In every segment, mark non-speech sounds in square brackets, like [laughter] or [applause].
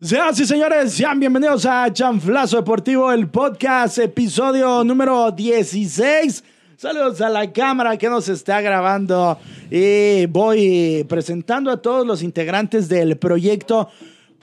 Señoras y señores, sean bienvenidos a Chanflazo Deportivo, el podcast, episodio número 16. Saludos a la cámara que nos está grabando y voy presentando a todos los integrantes del proyecto.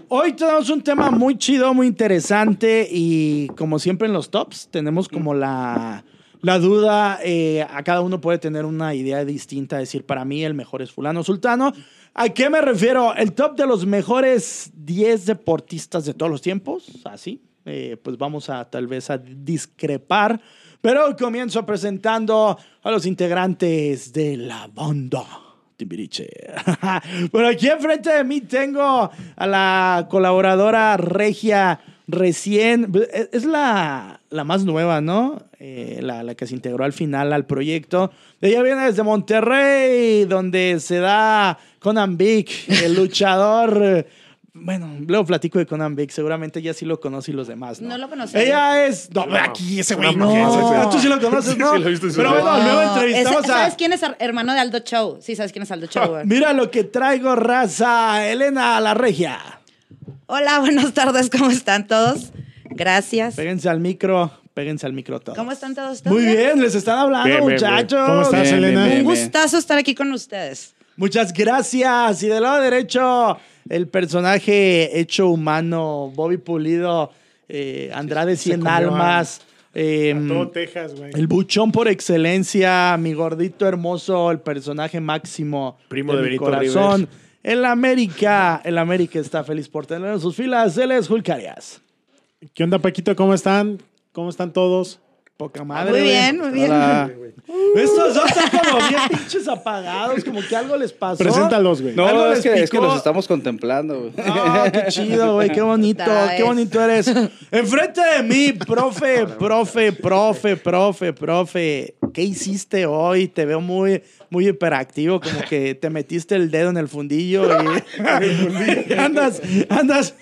Hoy tenemos un tema muy chido, muy interesante y como siempre en los tops tenemos como la, la duda, eh, a cada uno puede tener una idea distinta, decir para mí el mejor es fulano sultano. ¿A qué me refiero? El top de los mejores 10 deportistas de todos los tiempos, así, eh, pues vamos a tal vez a discrepar, pero comienzo presentando a los integrantes de la banda. Timbiriche. [laughs] Por aquí enfrente de mí tengo a la colaboradora regia recién. Es es la, la más nueva, ¿no? Eh, la, la que se integró al final al proyecto. Ella viene desde Monterrey, donde se da Conan Big, el luchador. [laughs] eh, Bueno, luego platico de Conan Big. Seguramente ella sí lo conoce y los demás. No, No lo conocía. Ella es. No, aquí ese güey no. Ah, Tú sí lo conoces, [laughs] Sí, ¿no? sí, lo he visto en su Pero vida. bueno, luego entrevistamos Ah, Ese- a. Ah, ¿Sabes quién es her- hermano de Aldo Chow? Sí, sabes quién es Aldo Chow. güey. Mira lo que traigo, raza. Elena La Regia. Hola, buenas tardes, ¿cómo están todos? Gracias. Péguense al micro, péguense al micro todos. ¿Cómo están todos? ¿Todo Muy bien, les están hablando, Bien, bien, bien. muchachos. ¿Cómo estás, Bien, Elena? bien, Un bien, bien. gustazo estar aquí con ustedes. Muchas gracias. Y del lado derecho, el personaje hecho humano, Bobby Pulido, eh, Andrade Cien comió a- Almas. eh, Todo Texas, güey. el buchón por excelencia, mi gordito hermoso, el personaje máximo Primo de mi Benito corazón. Rivers. El América, el América está feliz por tener en sus filas. Él es Hulk Arias. ¿Qué onda, Paquito? ¿Cómo están? ¿Cómo están todos? Poca madre. Ah, Muy güey. bien, muy bien. Hola. Estos dos están como bien pinches apagados, como que algo les pasó. Preséntalos, güey. Oh, Algo No, es les que, es que picó. los [laughs] estamos contemplando. güey. Ah, qué chido, güey, qué bonito, Otra qué vez. bonito eres. Enfrente de mí, profe, profe, profe, profe, profe. ¿Qué hiciste hoy? Te veo muy, muy hiperactivo, como que te metiste el dedo en el fundillo [laughs] y [laughs] andas, andas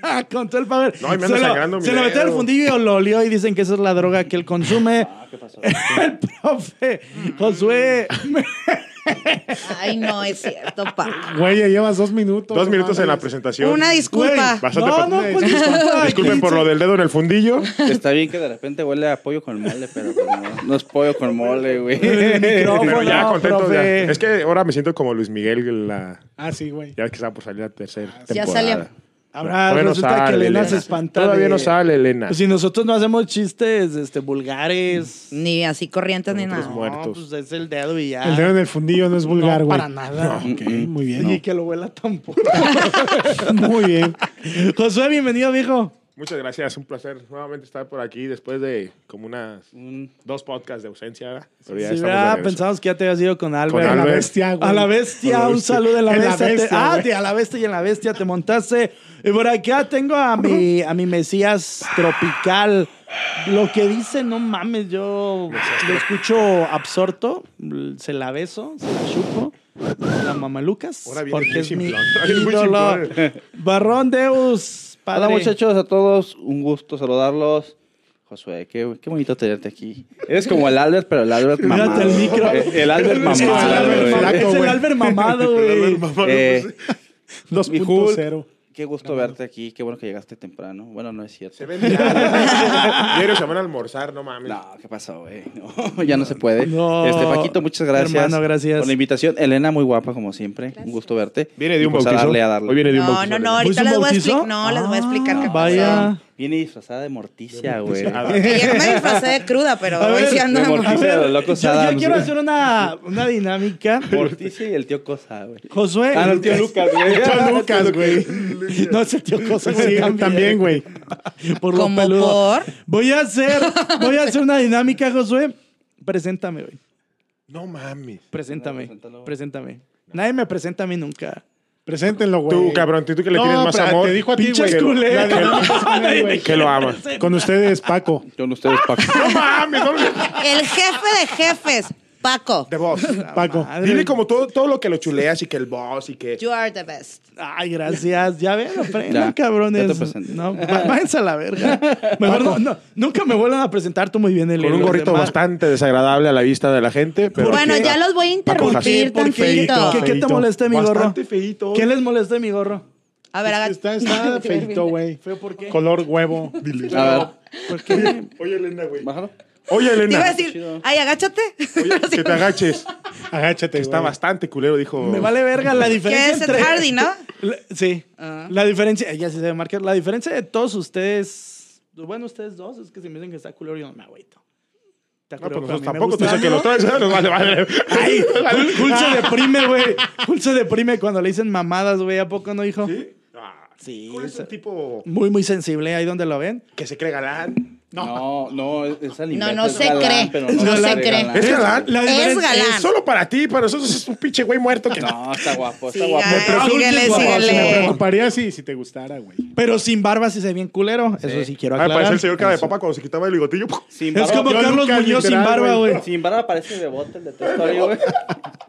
[laughs] con todo el poder. No, y me anda se sangrando lo, mi se lo metió en el dedo. fundillo, lo olió y dicen que esa es la droga que él consume. [laughs] El profe Josué [laughs] Ay, no, es cierto, [laughs] pa. Güey, ya llevas dos minutos. Dos no minutos en la mames. presentación. Una disculpa. Güey, Bastante no, no, patinado. pues disculpa. [laughs] Disculpen por lo del dedo en el fundillo. Está bien que de repente huele a pollo con mole, pero pues, no, no es pollo con mole, güey. [laughs] Pero ya no, contento. profe. ya. Es que ahora me siento como Luis Miguel, la, Ah, sí, güey. ya que estaba por salir la tercera Ya temporada. salió. Ahora Todavía no Ah, resulta que sale, Elena se Elena. espanta. Todavía de- no sale, Elena. Pues si nosotros no hacemos chistes este, vulgares. Ni así corrientes ni Nosotros nada. mu- Muertos. No, pues es el dedo y ya. El dedo en el fundillo no es vulgar, no, güey. para nada. Ok, muy bien. Y que lo huela tampoco. [laughs] Muy bien. Josué, bienvenido, viejo. Muchas gracias, un placer nuevamente estar por aquí después de como unas dos podcasts de ausencia. ¿verdad? Pero ya Sí, ah, estamos de ¿verdad? regreso. pensamos que ya te habías ido con Albert. A la Albert. bestia, güey. A la bestia, A la un bestia. saludo a la En la bestia. te- bestia, ah, güey. te- a la bestia y en la bestia te montaste. Y por acá tengo a mi, a mi Mesías tropical. Lo que dice, no mames, yo lo escucho absorto, l- se la beso, se la chupo. a La mamalucas, Ahora viene porque muy es mi simplón. Ahora viene muy ídolo. simplón. Barrón Deus, padre. Hola muchachos, a todos, un gusto saludarlos. Josué, qué, qué bonito tenerte aquí. Eres como el Albert, pero el Albert Mírate mamado. el micro. El, el Albert [laughs] Es que es el mamado, Albert güey. flaco, es el güey. Albert mamado, güey. Eh, pues, [laughs] mi Hulk, 2.0. Qué gusto verte aquí, qué bueno que llegaste temprano. Bueno, no es cierto. Se [laughs] ven diarios. Diario se van a almorzar, no mames. No, ¿qué pasó, güey? [laughs] No, ya no se puede. No. Este, Paquito, muchas gracias. Hermano, gracias. Por la invitación. Elena, muy guapa, como siempre. Un gusto verte. Viene de Y, un pues, bautizo. A darle, a darle. Hoy viene de un No, bautizo. no, no, ¿Es ahorita un les voy a bautizo? explicar. No, les voy a explicar Ah, qué pasó. Vaya. Viene disfrazada de morticia, güey. Ah, Que [laughs] Yo [laughs] me disfrazé de cruda, pero A hoy ver, sí ando de de morticia. mor- Sí, de los locos yo, yo Adams, quiero güey. hacer una, una dinámica. Morticia y el tío Cosa, güey. Josué. Ah, [laughs] no, el tío Lucas, güey. [laughs] Son Lucas, güey. No se tío cosa, Sí, güey. también, güey. Por lo Como peludo. por. Voy a hacer, voy a hacer una dinámica, Josué. Preséntame, güey. No mames. Preséntame. No, preséntalo. preséntame. Nadie me presenta a mí nunca. Preséntenlo, güey. Tú, cabrón, tú que le No, tienes más pero amor. Te dijo a ti, Pinches güey. culeros. La dinámica Nadie me Que lo ama. presenta. Con ustedes, Paco. Con ustedes, Paco. [laughs] No mames, no le- El jefe de jefes, [laughs] Paco. [laughs] De vos. Paco. Madre. Dile como todo, todo lo que lo chuleas y que el boss y que. You are the best. Ay, gracias. Ya ven, aprendan, Ya, cabrones. ya te presenté. no, va- váyanse a la verga. Mejor no, no, nunca me vuelvan a presentar tú muy bien, el Con un gorrito bastante desagradable a la vista de la gente. Pero Bueno, aquí- ya los voy a Paco, interrumpir ¿Por qué? ¿Por qué? tantito. ¿Qué, qué te Feíto. molesta de mi gorro? Bastante feíto. ¿Qué les molesta de mi gorro? A ver, Es que hagan. Está, está feito, güey. Feo, ¿por qué? Color huevo. A ver, Oye, Elena, güey. bájalo. Oye, Te iba a Elena. decir, ay, agáchate. Oye, que te [laughs] agaches. Agáchate, güey. Está bastante culero, dijo. Me vale verga la Que diferencia es Ed entre... Hardy, ¿no? La- sí. Ah. La diferencia, eh, ya sí se debe marcar, la diferencia de todos ustedes, bueno, ustedes dos, es que si me dicen que está culero, yo no me agüito. Está No, culero pues para mí, me nosotros tampoco gusta. tú dices que lo traes, ¿eh? Nos vale, vale. Ay, Jul- Jul se deprime, güey. Jul se deprime cuando le dicen mamadas, güey. ¿A poco no, hijo? [laughs] ¿Sí? Ah, Sí, ¿Cuál es esa- el tipo Muy, muy sensible ahí donde lo ven. que se cree galán? No, no, es- es al No, inverso, no es se galán, cree, pero no es se galán. cree. No, ¿Es galán? La Es diferencia- galán. Solo para ti, para nosotros es un pinche güey muerto que... está guapo, está Sí, guapo. ay, síguele, guapo, Se me síguele. preocuparía si, si te gustara, güey. Pero sin barba sí se ve bien culero. Eso sí quiero Ah, aclarar. parece el señor cara de papa cuando se quitaba el bigotillo. [laughs] Sin Es como barba, Yo Carlos nunca, Muñoz sin literal, barba, güey. güey. [laughs] sin embargo parece el bebote el de Toy Story, güey.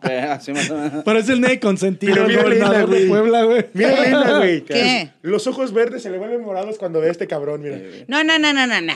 Ve, Así más o menos. Parece el nene consentido Pero del mira, gobernador Elena, de güey. Puebla, güey. Mira, Elena, güey. ¿Qué? Los ojos verdes se le vuelven morados cuando ve a este cabrón, mira. No, no, no, no, no, no.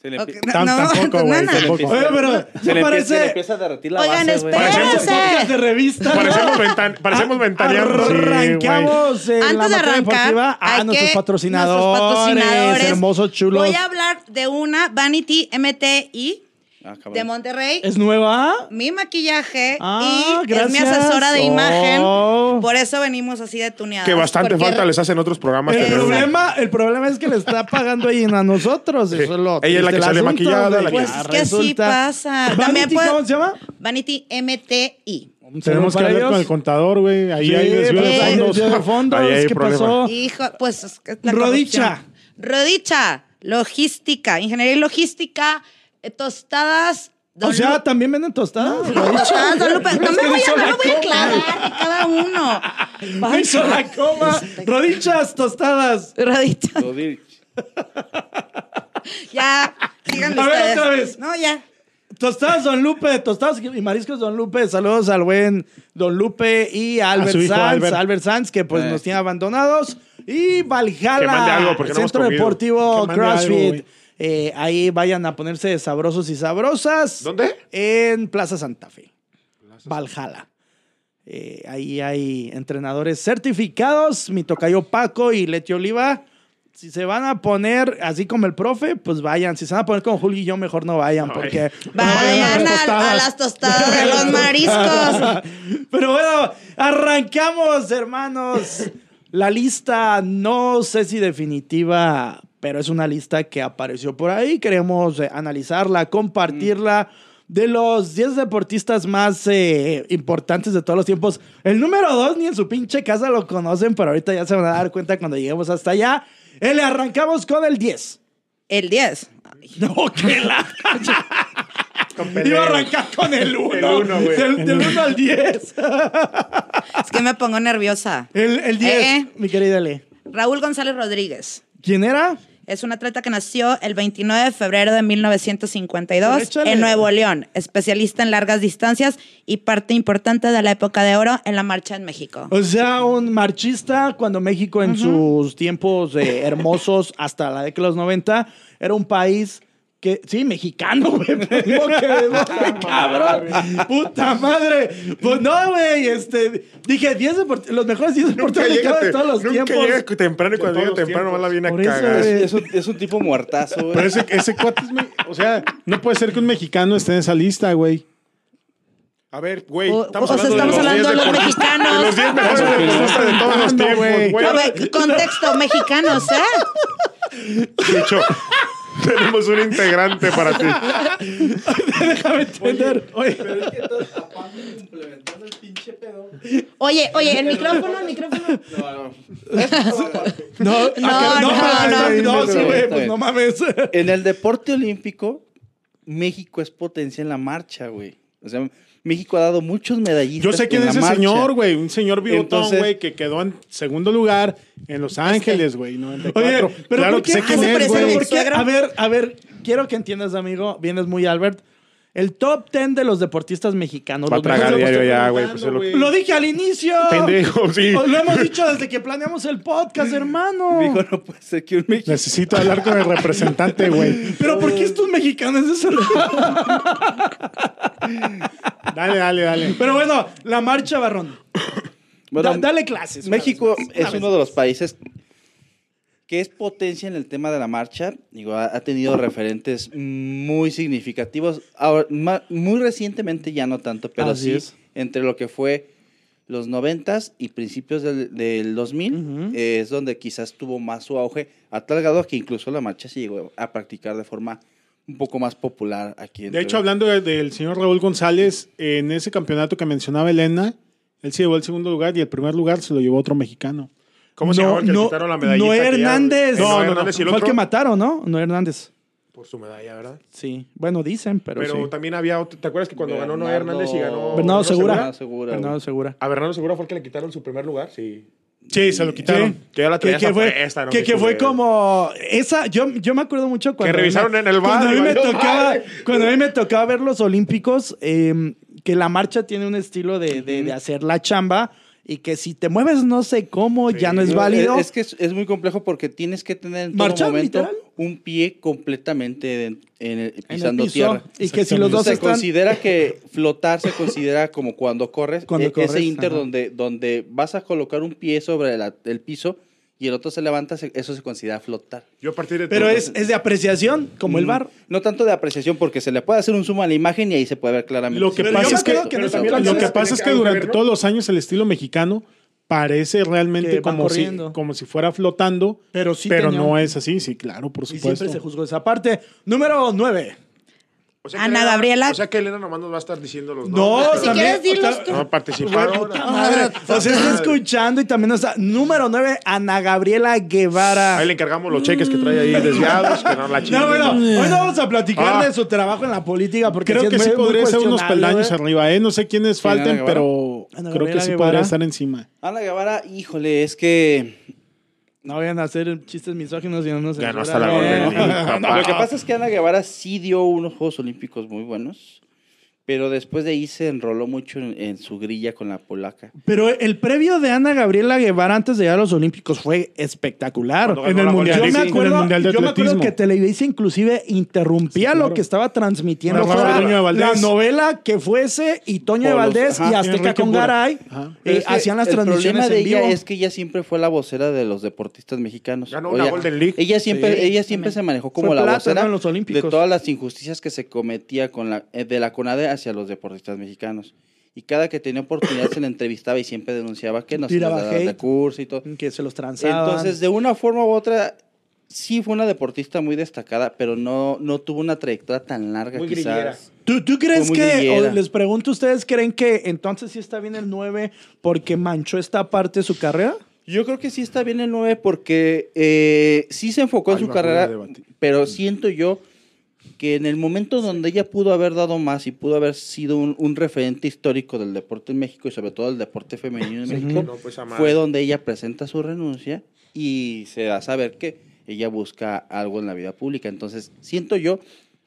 Se le, Ok, empi- Tan- tampoco, no, güey, no. tampoco. empieza- Oye, pero no se le empieza, se le parece... empieza a derretir la Oigan, base, güey. Ah, espera. Parecemos ¡Ese! podcast de revista. Parecemos, ventan ah, parecemos ventaneando. Sí, güey. Arrancamos en eh, la Antes de materia arrancar, deportiva a hay que- nuestros nuestros patrocinadores, patrocinadores. hermosos, chulos. Voy a hablar de una Vanity MTI Ah, cabrón. de Monterrey. ¿Es nueva? mi maquillaje Ah, y es mi gracias. asesora de imagen. Oh. Por eso venimos así de tuneadas. Que bastante ah, porque falta les hacen otros programas. El que no- problema, el problema es que le está pagando ella a nosotros. Sí. Eso es lo Ella es triste la que del sale maquillada, güey. la que- Pues Ah, es que resulta- así pasa. Vanity, También puede- ¿Cómo se llama? Vanity MTI. Tenemos que hablar con el contador, güey. Ahí hay desvío de pues, ahí fondos. de fondos. Ahí hay ¿Qué problema. pasó? Hijo, pues es que es la Rodicha. corrupción. Rodicha, logística, ingeniería y logística, eh, tostadas. O Don sea, ¿también venden tostadas? [laughs] [laughs] Lo dicho. tostadas, Don Lupe. No Es que me voy hizo a, no la me voy a coma. clavar de cada uno. Me hizo la coma. Rodichas tostadas. Rodicha. [laughs] Lo dir- Ya, síganme A ver, ustedes. otra vez. No, ya. Tostadas Don Lupe, tostadas y mariscos Don Lupe. Saludos al buen Don Lupe y a Albert su hijo, Sanz. Albert. Albert. Sanz, que pues Eh. nos tiene abandonados. Y Valhalla, Que mande algo, porque no hemos Centro comido. Deportivo Que mande algo, CrossFit. güey. Eh, ahí vayan a ponerse sabrosos y sabrosas. ¿Dónde? En Plaza Santa Fe. Valhalla. Eh, ahí hay entrenadores certificados, mi tocayo Paco y Leti Oliva. Si se van a poner así como el profe, pues vayan. Si se van a poner como Julio y yo, mejor no vayan, porque. Vayan a, a las tostadas de los [laughs] mariscos. Pero bueno, arrancamos, hermanos. La lista, no sé si definitiva, pero es una lista que apareció por ahí. Queremos eh, analizarla, compartirla. Mm. De los 10 deportistas más eh, importantes de todos los tiempos, el número 2 ni en su pinche casa lo conocen, pero ahorita ya se van a dar cuenta cuando lleguemos hasta allá. Eh, le arrancamos con el 10. El 10. [laughs] No, que la... Iba a arrancar con el 1. El uno, güey. Del 1 al [laughs] 10. Es que me pongo nerviosa. El, el 10, Eh, eh. mi querida Le. Raúl González Rodríguez. ¿Quién era? Es un atleta que nació el 29 de febrero de 1952 Échale. en Nuevo León, especialista en largas distancias y parte importante de la época de oro en la marcha en México. O sea, un marchista cuando México en sus tiempos [laughs] eh, hermosos hasta la década de los 90 era un país que, sí, mexicano, güey. [laughs] pues, digo que de dónde, cabrón. Puta madre. Pues no, güey. Este, dije, 10 deport- los mejores 10 Nunca deportistas de llega, cada- de todos los nunca tiempos. llega temprano y cuando llega temprano va la viene a Por eso, cagar. güey. Es, un, es un tipo muertazo, Pero güey. ese, ese cuate es. me- O sea, no puede ser que un mexicano esté en esa lista, güey. A ver, güey, O- estamos o sea, hablando estamos hablando de de los los 10 mexicanos. deportistas- de los 10 mejores deportistas de todos los No, tiempos, güey. güey. A ver, contexto mexicanos, ¿eh? Chucho, tenemos un integrante para ti. Déjame entender. Oye, Oye, oye, el micrófono, el micrófono. no, acá- no, no, mames, no, no, no, sí, no, güey, está pues bien. no mames. [laughs] En el deporte olímpico, México es potencia en la marcha, güey. O sea, México ha dado muchos medallistas. Yo sé quién en es ese la marcha. señor, güey. Un señor bigotón, Entonces- güey, que quedó en segundo lugar en Los Ángeles, güey. 94. Oye, pero claro ¿por que qué? sé quién Ah, se es, parece a Pero mi güey. ¿por qué? suegro. A ver, a ver, quiero que entiendas, amigo. Vienes muy Albert. El top 10 de los deportistas mexicanos. Va a los mejores tragar diario ya, güey. preguntando, pues, es lo- güey. deportistas- Lo dije al inicio. Pendejo, sí. Lo hemos dicho desde que planeamos el podcast, hermano. Dijo, no puede ser que un mexicano. Necesito hablar con el representante, güey. Pero ¿por qué estos mexicanos es el- Dale, dale, dale. Pero bueno, la marcha, Barrón. Bueno, Da- dale clases. una México vez más, es una vez uno de los más. países que es potencia en el tema de la marcha. Digo, ha, ha tenido referentes muy significativos. Ahora, ma- muy recientemente ya no tanto, pero Así sí es. entre lo que fue los noventas y principios del, del 2000 eh, es donde quizás tuvo más su auge a tal grado que incluso la marcha se llegó a practicar de forma un poco más popular aquí. De entre- hecho, hablando de- del señor Raúl González, en ese campeonato que mencionaba Elena, él se llevó el segundo lugar y el primer lugar se lo llevó otro mexicano. ¿Cómo se No, llamaba el que le no, quitaron la medallita? No que ya- Hernández. Eh, No, no, Hernández y Fue el el otro que mataron, ¿no? No Hernández. Por su medalla, ¿verdad? Sí. Bueno, dicen, pero, Pero, sí. también había otro. ¿Te acuerdas que cuando ganó Noé Bernardo- Hernández y ganó. Bernardo Segura. Bernardo Segura. güey. Bernardo Segura. A Bernardo Segura fue el que le quitaron su primer lugar, sí. Sí, se lo quitaron. Que ya la Que, traía que hasta fue, puesta, ¿no? que, que fue Híjole. como esa yo, yo me acuerdo mucho cuando revisaron en el bar, cuando a mí me valió tocaba madre. cuando a mí me tocaba ver los olímpicos eh, que la marcha tiene un estilo de, de- de hacer la chamba y que si te mueves no sé cómo ya no es No, válido Eh, Es, es que es, es muy complejo porque tienes que tener en Marchar, todo momento literal. un pie completamente en- en el- en el pisando piso, tierra. y que si los dos se están considera que flotar se considera como cuando corres, Cuando e- corres, ese inter ajá. donde, donde vas a colocar un pie sobre la- el piso y el otro se levanta, se- eso se considera flotar. Yo a partir de. pero es, es de apreciación como el Mm, bar No tanto de apreciación porque se le puede hacer un zoom a la imagen y ahí se puede ver claramente. Lo que Pero pasa yo es me que- acuerdo pero también no se la- Lo hablaba. que pasa es que durante todos los años el estilo mexicano parece Que realmente va como si, corriendo. como si fuera flotando, Pero sí pero tenía no un- es así, sí, claro, por y siempre se supuesto. juzgó esa parte número 9 O sea que Ana Elena- Gabriela. O sea que Elena nomás nos va a estar diciendo los no nombres, pero- también quieres, dilos o sea, No participaron. Ah, madre, o sea está escuchando y también está número 9 Ana Gabriela Guevara Ahí le encargamos los cheques que trae ahí desviados, que no la chinguen. No, bueno, hoy no vamos a platicar Ah. de su trabajo en la política porque Creo es que muy- sí muy podría ser unos cuestionable, peldaños ¿eh? arriba, ¿eh? No sé quiénes ¿Quién, Ana falten, Guevara? pero Ana creo que Gabriela sí Guevara. podría estar encima. Ana Guevara, híjole, es que No vayan a hacer chistes misóginos y no nos censuran, Ganó hasta la ¿eh? Golden No. League, papá. Lo que pasa es que Ana Guevara sí dio unos Juegos Olímpicos muy buenos, pero después de ahí se enroló mucho en, en su grilla con la polaca. Pero el previo de Ana Gabriela Guevara antes de llegar a los Olímpicos fue espectacular. Cuando ganó En el la mundial, Yo Golden me League. sí, en el acuerdo, mundial de yo me acuerdo atletismo. que Televisa inclusive interrumpía Sí, lo claro. que estaba transmitiendo Rafa fuera Toño de Valdés. la novela que fuese y Toño de O los- Valdés y ajá, Azteca Enrique con Pura. Garay Ajá. eh, Pero es que hacían las el transmisiones problema de en vivo. ella es que ella siempre fue la vocera de los deportistas mexicanos. Ganó O una ella- Golden League. Ella siempre, Sí, ella siempre se manejó como Fue la plata, vocera ¿no? en los de Olímpicos. todas las injusticias que se cometía con la, eh, de la CONADE hacia los deportistas mexicanos. Y cada que tenía oportunidad se la entrevistaba y siempre denunciaba que no se les Tiraba daba hate. recursos y todo. Que se los transaban. Entonces, de una forma u otra, sí fue una deportista muy destacada, pero no, no tuvo una trayectoria tan larga Muy grillera. quizás. ¿Tú, tú crees muy que, liguera. o les pregunto, ¿ustedes creen que entonces sí está bien el 9 porque manchó esta parte de su carrera? Yo creo que sí está bien el 9 porque eh, sí se enfocó en Ahí su va, carrera, voy a debatir. pero siento yo que en el momento donde ella pudo haber dado más y pudo haber sido un, un referente histórico del deporte en México y sobre todo del deporte femenino en México, No, pues, a madre. fue donde ella presenta su renuncia y se da a saber que ella busca algo en la vida pública. Entonces, siento yo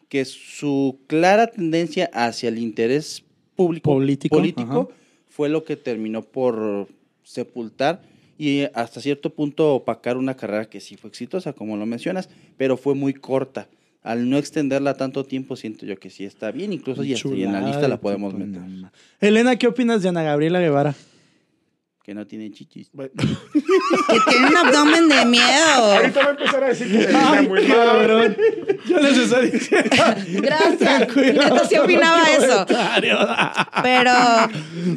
que su clara tendencia hacia el interés público Político, político, ajá. fue lo que terminó por sepultar y hasta cierto punto opacar una carrera que sí fue exitosa, como lo mencionas, pero fue muy corta. Al no extenderla tanto tiempo, siento yo que sí está bien, incluso y hasta- y en la Chulada lista de la podemos puta meter. madre. Elena, ¿qué opinas de Ana Gabriela Guevara? Que no tiene chichis. Que tiene un abdomen de miedo. Ahorita va a empezar a decir que Elena muy mal. cabrón. Yo les estoy [laughs] diciendo. Gracias. Neta, sí opinaba eso. [laughs] Pero.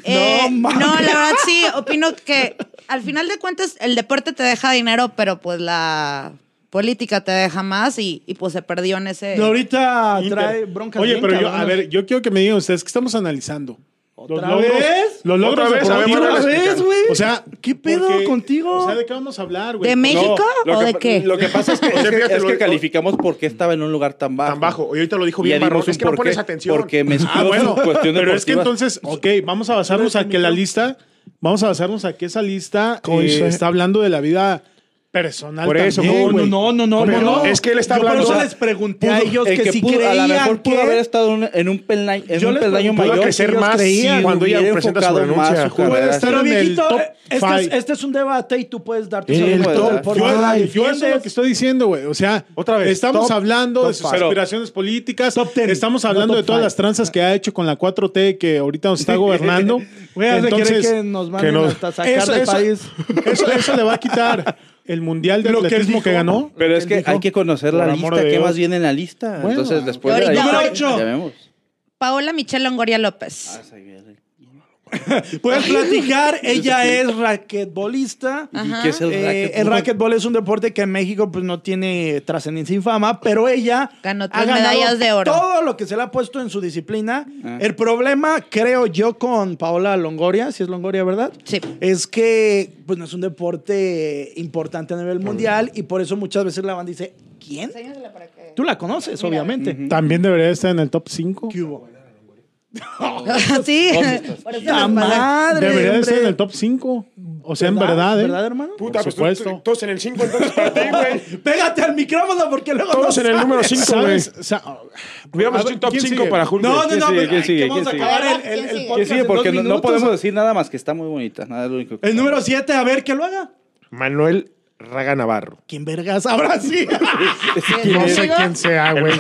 eh, no, mames. la verdad sí, opino que al final de cuentas el deporte te deja dinero, pero pues la política te deja más y, y, pues se perdió en ese. No, ahorita Inter. trae broncas. Oye, bien pero yo, a cabronas. ver, yo quiero que me digan ustedes que estamos analizando. ¿Otra vez? Los ¿Otra logros vez? A ver, deportivos. otra ¿Otra vez, güey? O sea, ¿qué pedo porque- contigo? O sea, ¿de qué vamos a hablar, güey? ¿De México lo o que de pa- qué? Lo que pasa es que, O sea, es que- fíjate, es lo- que lo- calificamos porque estaba en un lugar tan bajo. Tan bajo. Y ahorita lo dijo Y ya bien Barrón. dimos un Es que no por pones qué, atención. Porque mezcló Ah, bueno, su cuestión pero es que deportiva. entonces, ok, vamos a basarnos a que la lista, vamos a basarnos a que esa lista eh, Coincide. está hablando de la vida personal. Por eso, también, ¿cómo, No, güey. no, no, no, Pero no. es que él está Yo hablando- Por o eso sea, les pregunté a Pudo- ellos el que, sí pudo- creían a lo mejor que... pudo haber estado en- en un peldaño, en Yo un les peldaño preguntaba Pudo que mayor. si crecer ellos más creían, cuando ella hubiera presenta su enfocado más renuncia. su Juan. carrera. Puede estar Pero en el viejito, top este es, five. este es un debate y tú puedes dar tus El argumentos top de por Yo, qué yo la eso es lo defiendes. que estoy diciendo, güey. O sea, Otra vez, estamos top- hablando top de sus five. aspiraciones políticas, Top ten, estamos no hablando top de todas five. las tranzas que ha hecho con la 4T que ahorita [laughs] nos está gobernando. Güey, has de querer Entonces, que nos manden nos- hasta sacar eso- del eso- país. eso, eso le va a quitar el mundial de Lo que él atletismo que dijo. ganó. Pero es que dijo? hay que conocer Por la amor lista, de qué Dios. más viene en la lista. Bueno, Entonces, después de la ahorita- lista, Número ocho. ya vemos. Paola Michelle Longoria López. Ah, sí, bien. Puedes platicar, [laughs] ella es raquetbolista. ¿Y qué es el Eh, racket? el racquetball es un deporte que en México pues, no tiene trascendencia y fama, pero ella Ganó tres medallas de oro. todo lo que se le ha puesto en su disciplina. Ah. El problema, creo yo, con Paola Longoria, si es Longoria, ¿verdad? Sí. Es que pues, no es un deporte importante a nivel mundial y por eso muchas veces la banda dice, ¿quién? [laughs] Tú la conoces, obviamente. También debería estar en el top 5. ¿Qué hubo? Ah, sí. Por eso ¡Ta nos pasa. madre, Debería hombre! estar en el top 5. O sea, en verdad, ¿eh? ¿Verdad, hermano? Puta, Por pues supuesto. tú- tú- todos en el 5 entonces para ti, güey. Pégate al micrófono porque luego Todos en el número 5, güey. Eh, ¿Sabes? O sea, Hubiéramos A ver, hecho un top ¿quién 5 sigue? para Julio. No, no, ¿Quién no, sigue? pero ¿Quién ay, sigue? que vamos a ¿Quién acabar sigue? el, el- el ¿Quién sigue? Que podcast sí, en porque dos no, no minutos. podemos decir nada más que está muy bonita. Nada es lo único que El número 7, a ver que lo haga. Manuel Raga Navarro. ¿Quién vergas? [laughs] Ahora sí. no sé ¿Conmigo? quién sea, güey.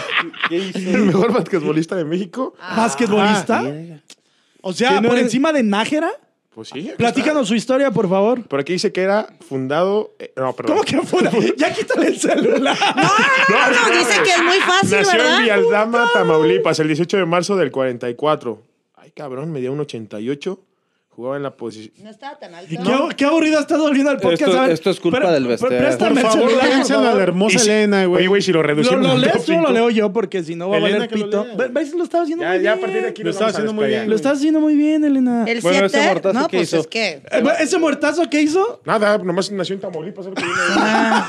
¿Qué hizo? El mejor basquetbolista de México. ¿Basquetbolista? O sea, ¿Quién por eres? encima de Nájera. Pues sí. aquí Platícanos su historia, por favor. está. Por aquí dice que era fundado. eh, no, perdón. ¿Cómo que fuera? Ya quítale el [laughs] celular. No, no, no, espérame. nos dice que es muy fácil, Nació en ¿verdad? Vialdama, Tamaulipas, el 18 de marzo del 44. Ay, cabrón, me dio un 88. Jugaba en la posición. No estaba tan alto. Qué, qué aburrido está doliendo el podcast. Esto- A ver, esto es culpa del pre- vestero. Por Préstame el favor, celular. por déjenselo a la favor. hermosa Y si- Elena, Oye, güey. güey, si lo ¿Lo, reducimos. lo al top lees tú o lo cinco. leo yo? Porque si no va a Elena, valer que lo pito. lea. Ve- ¿Ves? Lo estaba haciendo Ya, muy bien. ya a partir de aquí Lo nos estaba vamos a haciendo muy despegar. bien. Lo estás haciendo muy bien, Elena. El Bueno, ese 7, mortazo no, que pues hizo. es que... Eh, ¿Ese muertazo que hizo? Nada, nomás nació en Tamaulipas. es lo que viene ahí.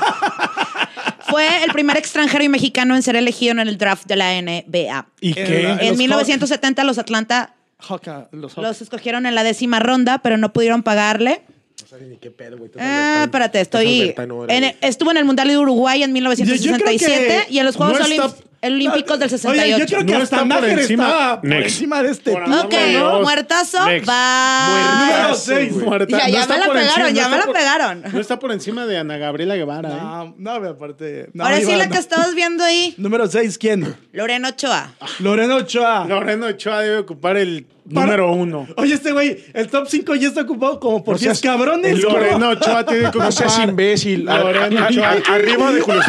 Fue el primer extranjero y mexicano en ser elegido en el draft de la NBA. ¿Y En qué? Los En 1970 los Atlanta Hawka, los Hawks. los escogieron en la décima ronda, pero no pudieron pagarle. No sabes ni qué pedo, güey. estás Ah, Albertano. espérate, Estás estoy. Albertano ahora, en- güey. estuvo en el Mundial de Uruguay en Yo 1967 creo que y en los Juegos no está- Olim- Olímpicos del Oye, yo 68. creo que No hasta está por Nájera encima- estaba por Next. encima de este Por tipo. amor Ok, de Dios. muertazo, Next. va. Número Muertazo, seis, güey. Muerta. Ya- ya me está la por pegaron, ya no me está la por- pegaron. No está por encima de Ana Gabriela Guevara, ¿eh? No, no, aparte. no, Ahora sí, iba- la que estabas viendo ahí, Número 6, ¿quién? Lorena Ochoa. Loreno Ochoa. Loreno Ochoa debe ocupar el Para- número uno. Oye, este güey, el top 5 ya está ocupado como por No seas- 10 cabrones. ¿cómo? Loreno Ochoa tiene que No ocupar. seas imbécil. A- Lorena a- Ochoa. a- Arriba de Julio,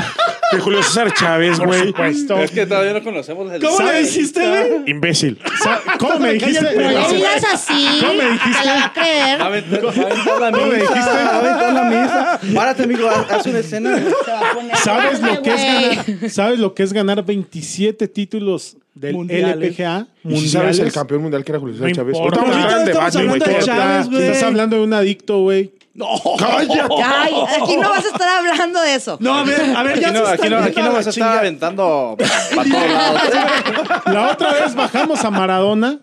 de Julio César Chávez, Por güey. supuesto. Es que todavía no conocemos el ¿Cómo le dijiste, güey? Imbécil. Sa- ¿Cómo me dijiste? No le Perdón. digas así, ¿Cómo me dijiste? te la va a creer. A ver, la ¿Cómo me dijiste? misa. A la misa. Párate, amigo, haz haz una escena. ¿Sabes lo que es Güey. ganar? ¿Sabes lo que es ganar 27 títulos del Mundiales. LPGA? ¿Y si mundiales? sabes el campeón mundial que era Julio César No Chávez? importa. Ahorita vamos a Ahorita entrar en estamos debate, hablando güey. de Chávez, güey. Estás hablando de un adicto, güey. No. ¡Cállate! Ay, aquí no vas a estar hablando de eso. No, a ver, a ver, Aquí ya no, se aquí están no, aquí yendo no vas a la estar chingada. aventando para todos lados. La otra vez bajamos a Maradona.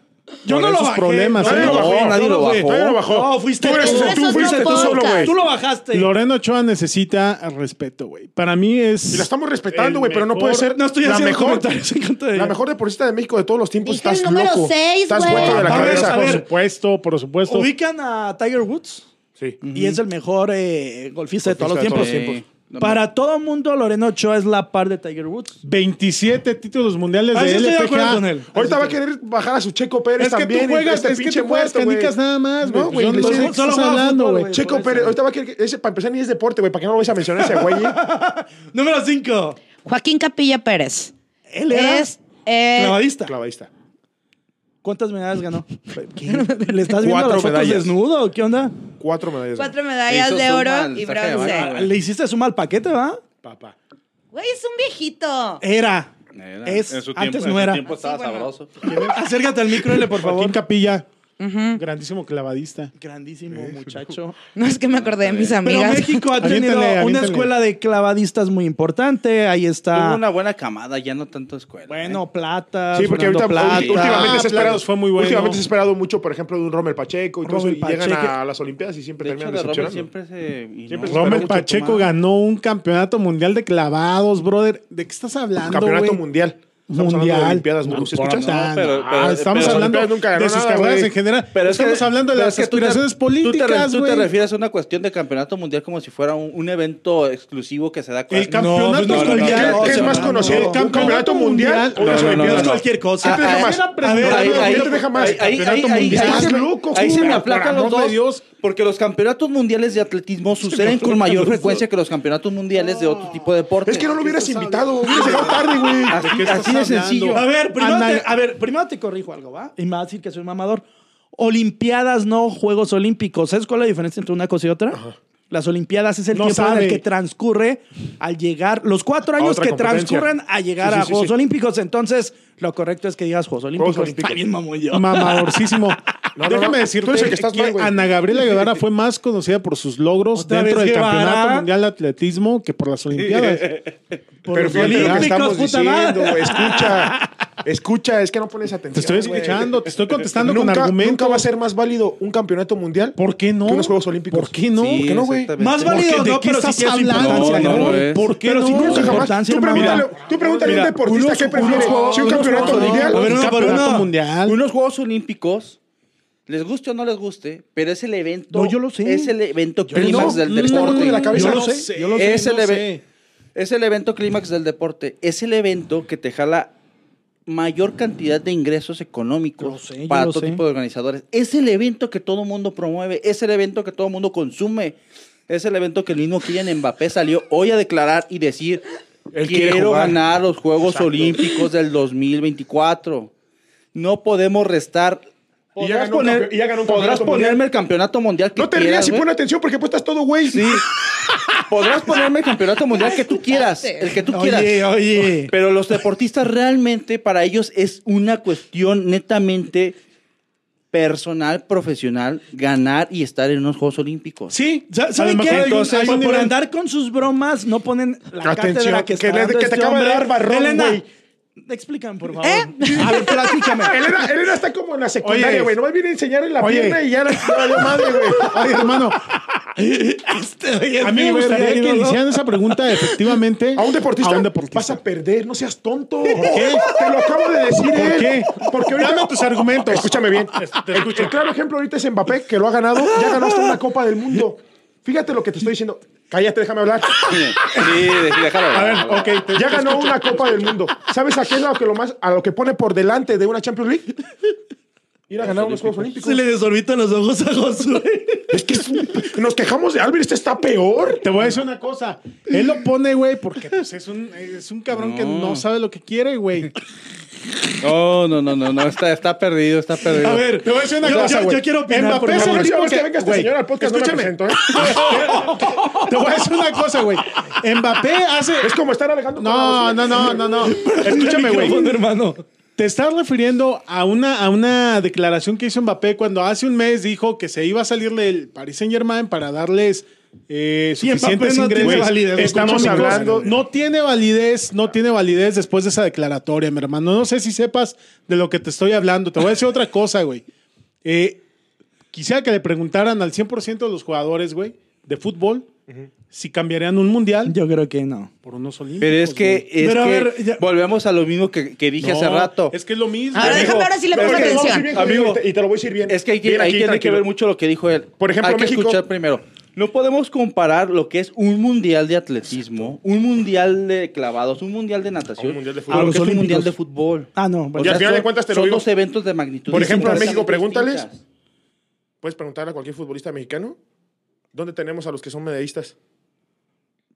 Yo por no lo esos bajé. problemas, Nadie ¿eh? lo bajó, No, nadie yo lo fui. bajó. Nadie lo bajó. No, fuiste Tú tú. eres- tú Eso fuiste no tú solo, podcast. güey. Tú lo bajaste. Loreno Ochoa necesita respeto, güey. Para mí es. Y la estamos respetando, El güey, pero no mejor- puede ser No estoy la haciendo mejor, comentarios en contra de la ella. mejor deportista de México de todos los tiempos. Dije el Estás número loco. seis, Estás güey. hueco de la A ver, cabeza. a Por ver. supuesto, por supuesto. Ubican a Tiger Woods Sí. y es el mejor eh, golfista de todos los Golfista tiempos. de todos los tiempos. Sí. Para todo mundo, Loreno Ochoa es la par de Tiger Woods. 27 títulos mundiales Ahí de Ah, sí estoy de LPGA. acuerdo con él. Ahorita va a querer bajar a su Checo Pérez Es que también. tú juegas, este es que pinche tú juegas muerto, güey. canicas nada más, güey. No, güey. Yo no le- sé de qué solo estás juego hablando, fútbol, güey. güey. Checo Por Pérez, eso. ahorita va a querer, ese, para empezar ni es deporte, güey, para que no lo vayas a mencionar ese [laughs] güey. Número 5. Joaquín Capilla Pérez. Él era Es. eh, clavadista. Clavadista. ¿Cuántas medallas ganó? ¿Qué? ¿Le estás viendo Cuatro las fotos medallas. desnudo? o ¿Qué onda? Cuatro medallas. cuatro medallas Hizo de oro suma, y saca de bronce. bala. Le hiciste su mal paquete, ¿va? Papá. Güey, es un viejito. Era. Era, Es, en su antes tiempo- no en su era. tiempo estaba sabroso. Acércate al micro, L, por favor. Joaquín Capilla. Grandísimo clavadista. Grandísimo muchacho. No es que me acordé de mis Pero amigas. México ha tenido Aviéntale, una aviéntale. escuela de clavadistas muy importante. Ahí Tuvo está. una buena camada, ya no tanto escuela. ¿eh? Bueno, plata. Sí, porque ahorita Fernando Plata. últimamente se ha esperado, Platos fue muy bueno. últimamente se ha esperado mucho, por ejemplo, de un Rommel Pacheco y todo eso, Rommel y llegan Pacheco. a las Olimpiadas y siempre de hecho, terminan de Rommel decepcionando. siempre se. Siempre y no, se esperó Rommel mucho Pacheco tomar. ganó un campeonato mundial de clavados, brother. ¿De qué estás hablando? Campeonato güey? mundial. Estamos hablando Mundial. de Olimpiadas, No ¿no? ¿Se importa, escuchas? No, pero- no, Ah, pero- estamos pero- hablando Olimpiadas nunca ganó de sus nada, carreras güey. en general. Pero es estamos que- hablando de pero las es que tú te- aspiraciones Tú te, políticas, tú te güey. refieres a una cuestión de campeonato mundial como si fuera un, un evento exclusivo que se da El cuando- campeonato No, pues no, mundial. no, no, ¿Qué no, no, no, ¿Un campeonato no, no, mundial? no, Unas no, Olimpiadas. Es cualquier cosa. Ah, Pero ah, es ah, una ah, pregunta. ahí- ahí- ¿Quién te deja más? ahí- ahí- Campeonato ahí- mundial. ahí- Estás ahí- loco, Ahí se Julio, me por aplacan amor los dos. de Dios. Porque los campeonatos mundiales de [laughs] atletismo suceden con mayor frecuencia que los campeonatos mundiales de otro tipo de deportes. Es que no lo hubieras invitado, hubieras llegado tarde, güey. Así, estás así de hablando? sencillo. A ver, primero Anal- te, a ver, primero te corrijo algo, ¿va? Y me va a decir que soy mamador. Olimpiadas, no Juegos Olímpicos. ¿Sabes cuál es la diferencia entre una cosa y otra? Las Olimpiadas es el No tiempo en sabe. el que transcurre al llegar, los cuatro años otra que competencia. transcurren a llegar Sí, sí, a sí, Juegos sí. Olímpicos. Entonces, lo correcto es que digas Juegos Olímpicos. Olímpicos. Está bien, mamón, yo. Mamadorcísimo. no, Déjame no. Tú decirte eres el que, que estás mal, güey. Ana Gabriela Guevara fue más conocida por sus logros Otra dentro vez del Guevara. Campeonato Mundial de Atletismo que por las Olimpiadas. Por Pero los fíjate lo que Olímpicos, estamos puta diciendo, madre. güey. Escucha, escucha, es que no pones atención. Te estoy güey. escuchando, te estoy contestando con Nunca- argumentos. Nunca va a ser más válido un campeonato mundial ¿Por qué no? que unos Juegos Olímpicos. ¿Por qué no? Sí, ¿Por qué no, güey? exactamente. Más ¿Por qué? válido, ¿De no, qué pero sí estás tiene su hablando? importancia, No, no cabrón. es. ¿Por qué Pero no? si Tiene su nunca jamás. importancia, Tú hermano. pregúntale, tú pregúntale a un Mira, deportista unos- qué prefiere. unos- Si un unos- campeonato unos- mundial. A ver, un uno por campeonato uno. mundial. Unos Juegos Olímpicos, les guste o no les guste, pero es el evento. No, yo lo sé. Es el evento no, clímax del no, deporte. no, de la cabeza. Yo lo no sé, sé, yo lo sé, es, el no eve- sé. es el evento clímax del deporte. Es el evento que te jala mayor cantidad de ingresos económicos Lo sé, yo para lo todo sé. tipo de organizadores. Es el evento que todo mundo promueve. Es el evento que todo mundo consume. Es el evento que el mismo Kylian Mbappé salió hoy a declarar y decir Él quiere quiero jugar". ganar los Juegos Olímpicos del 2024. No podemos restar. Y ya Podrás ganó un poner- campe- y ya ganó un podrás campeonato ponerme mundial. el campeonato mundial que No te quieras, rías y ¿eh? güey. pon atención porque pues estás todo, güey. Sí. Podrás ponerme el campeonato mundial [laughs] que tú quieras, el que tú quieras. Oye, oye. Pero los deportistas realmente para ellos es una cuestión netamente personal, profesional, ganar y estar en unos Juegos Olímpicos. Sí, Sa- ¿Saben a lo qué? mejor Entonces, hay un por nivel- andar con sus bromas, no ponen la Atención, cátedra que está que le- dando que te este acaba de hombre. dar barrón, Elena, güey. explícame, por favor. A ver, [laughs] platícame. [laughs] Elena, Elena está como en la secundaria, Oye. güey. Nomás viene a enseñar en la Oye. pierna y ya [laughs] la ya valió madre, güey. Oye, hermano, Este, oye, a mí me sí, gustaría güey, que ¿no? le [laughs] hicieran esa pregunta efectivamente A un deportista, A un vas deportista. a perder, no seas tonto. Te lo acabo de decir ¿Por él. qué? Porque ahorita Dame tus argumentos. Escúchame bien. El- El claro ejemplo ahorita es Mbappé, que lo ha ganado, ya ganó hasta una Copa del Mundo. Fíjate lo que te estoy diciendo. Cállate, déjame hablar. Sí, sí, déjalo. A ver, ok. te- Ya ganó una Copa del Mundo. ¿Sabes a qué es lo que lo más a lo que pone por delante de una Champions League? Ir a ganar unos Juegos Olímpicos. Se le desorbitan los ojos a Josué. Es que es un- nos quejamos de Albert, este está peor. Te voy a decir una cosa. Él lo pone, güey, porque pues, es, un, es un cabrón que no sabe lo que quiere, güey. No, no, no, no, no, está, está perdido, está perdido. A ver, te voy a decir una yo- cosa, yo- güey. yo quiero opinar, por Mbappé favor. es el La próxima último vez que... que venga este güey, señor al podcast, no me escúchame. presento, ¿eh? Te voy a decir una cosa, güey. Mbappé hace... Es como estar alejando. No, no, no, no, no. Escúchame, güey. Micrófono, hermano. Te estás refiriendo a una, a una declaración que hizo Mbappé cuando hace un mes dijo que se iba a salir del Paris Saint Germain para darles Y eh, Mbappé suficientes no tiene ingresos. Pues, validez, Estamos escúchame, hablando. cosa. No tiene validez, no tiene validez después de esa declaratoria, mi hermano. No sé si sepas de lo que te estoy hablando. Te voy a decir otra cosa, güey. Eh, quisiera que le preguntaran al 100% de los jugadores, güey, de fútbol, si cambiarían un mundial Yo creo que no. por unos olímpicos. Pero es que, güey. es Pero Pues a que ver, ya- volvemos a lo mismo que, que dije hace No, rato. Es que es lo mismo. Ahora amigo. déjame, ahora sí le Pero pongo es que vamos a ir atención. bien jodido Amigo, y te- y te lo voy a decir bien. Es que hay que, Bien ahí aquí, tiene que tranquilo. ver mucho lo que dijo él. Por ejemplo, hay que México- escuchar primero. No podemos comparar lo que es un mundial de atletismo, un mundial de clavados, un mundial de natación, A un mundial de a fútbol. lo A que los es un olímpicos. mundial de fútbol. Ah, no, bueno. O Y al sea, final de son- cuentas te lo son digo. dos eventos de magnitud. Por ejemplo, a México, pregúntales. distintas. Puedes preguntarle a cualquier futbolista mexicano dónde tenemos a los que son medallistas.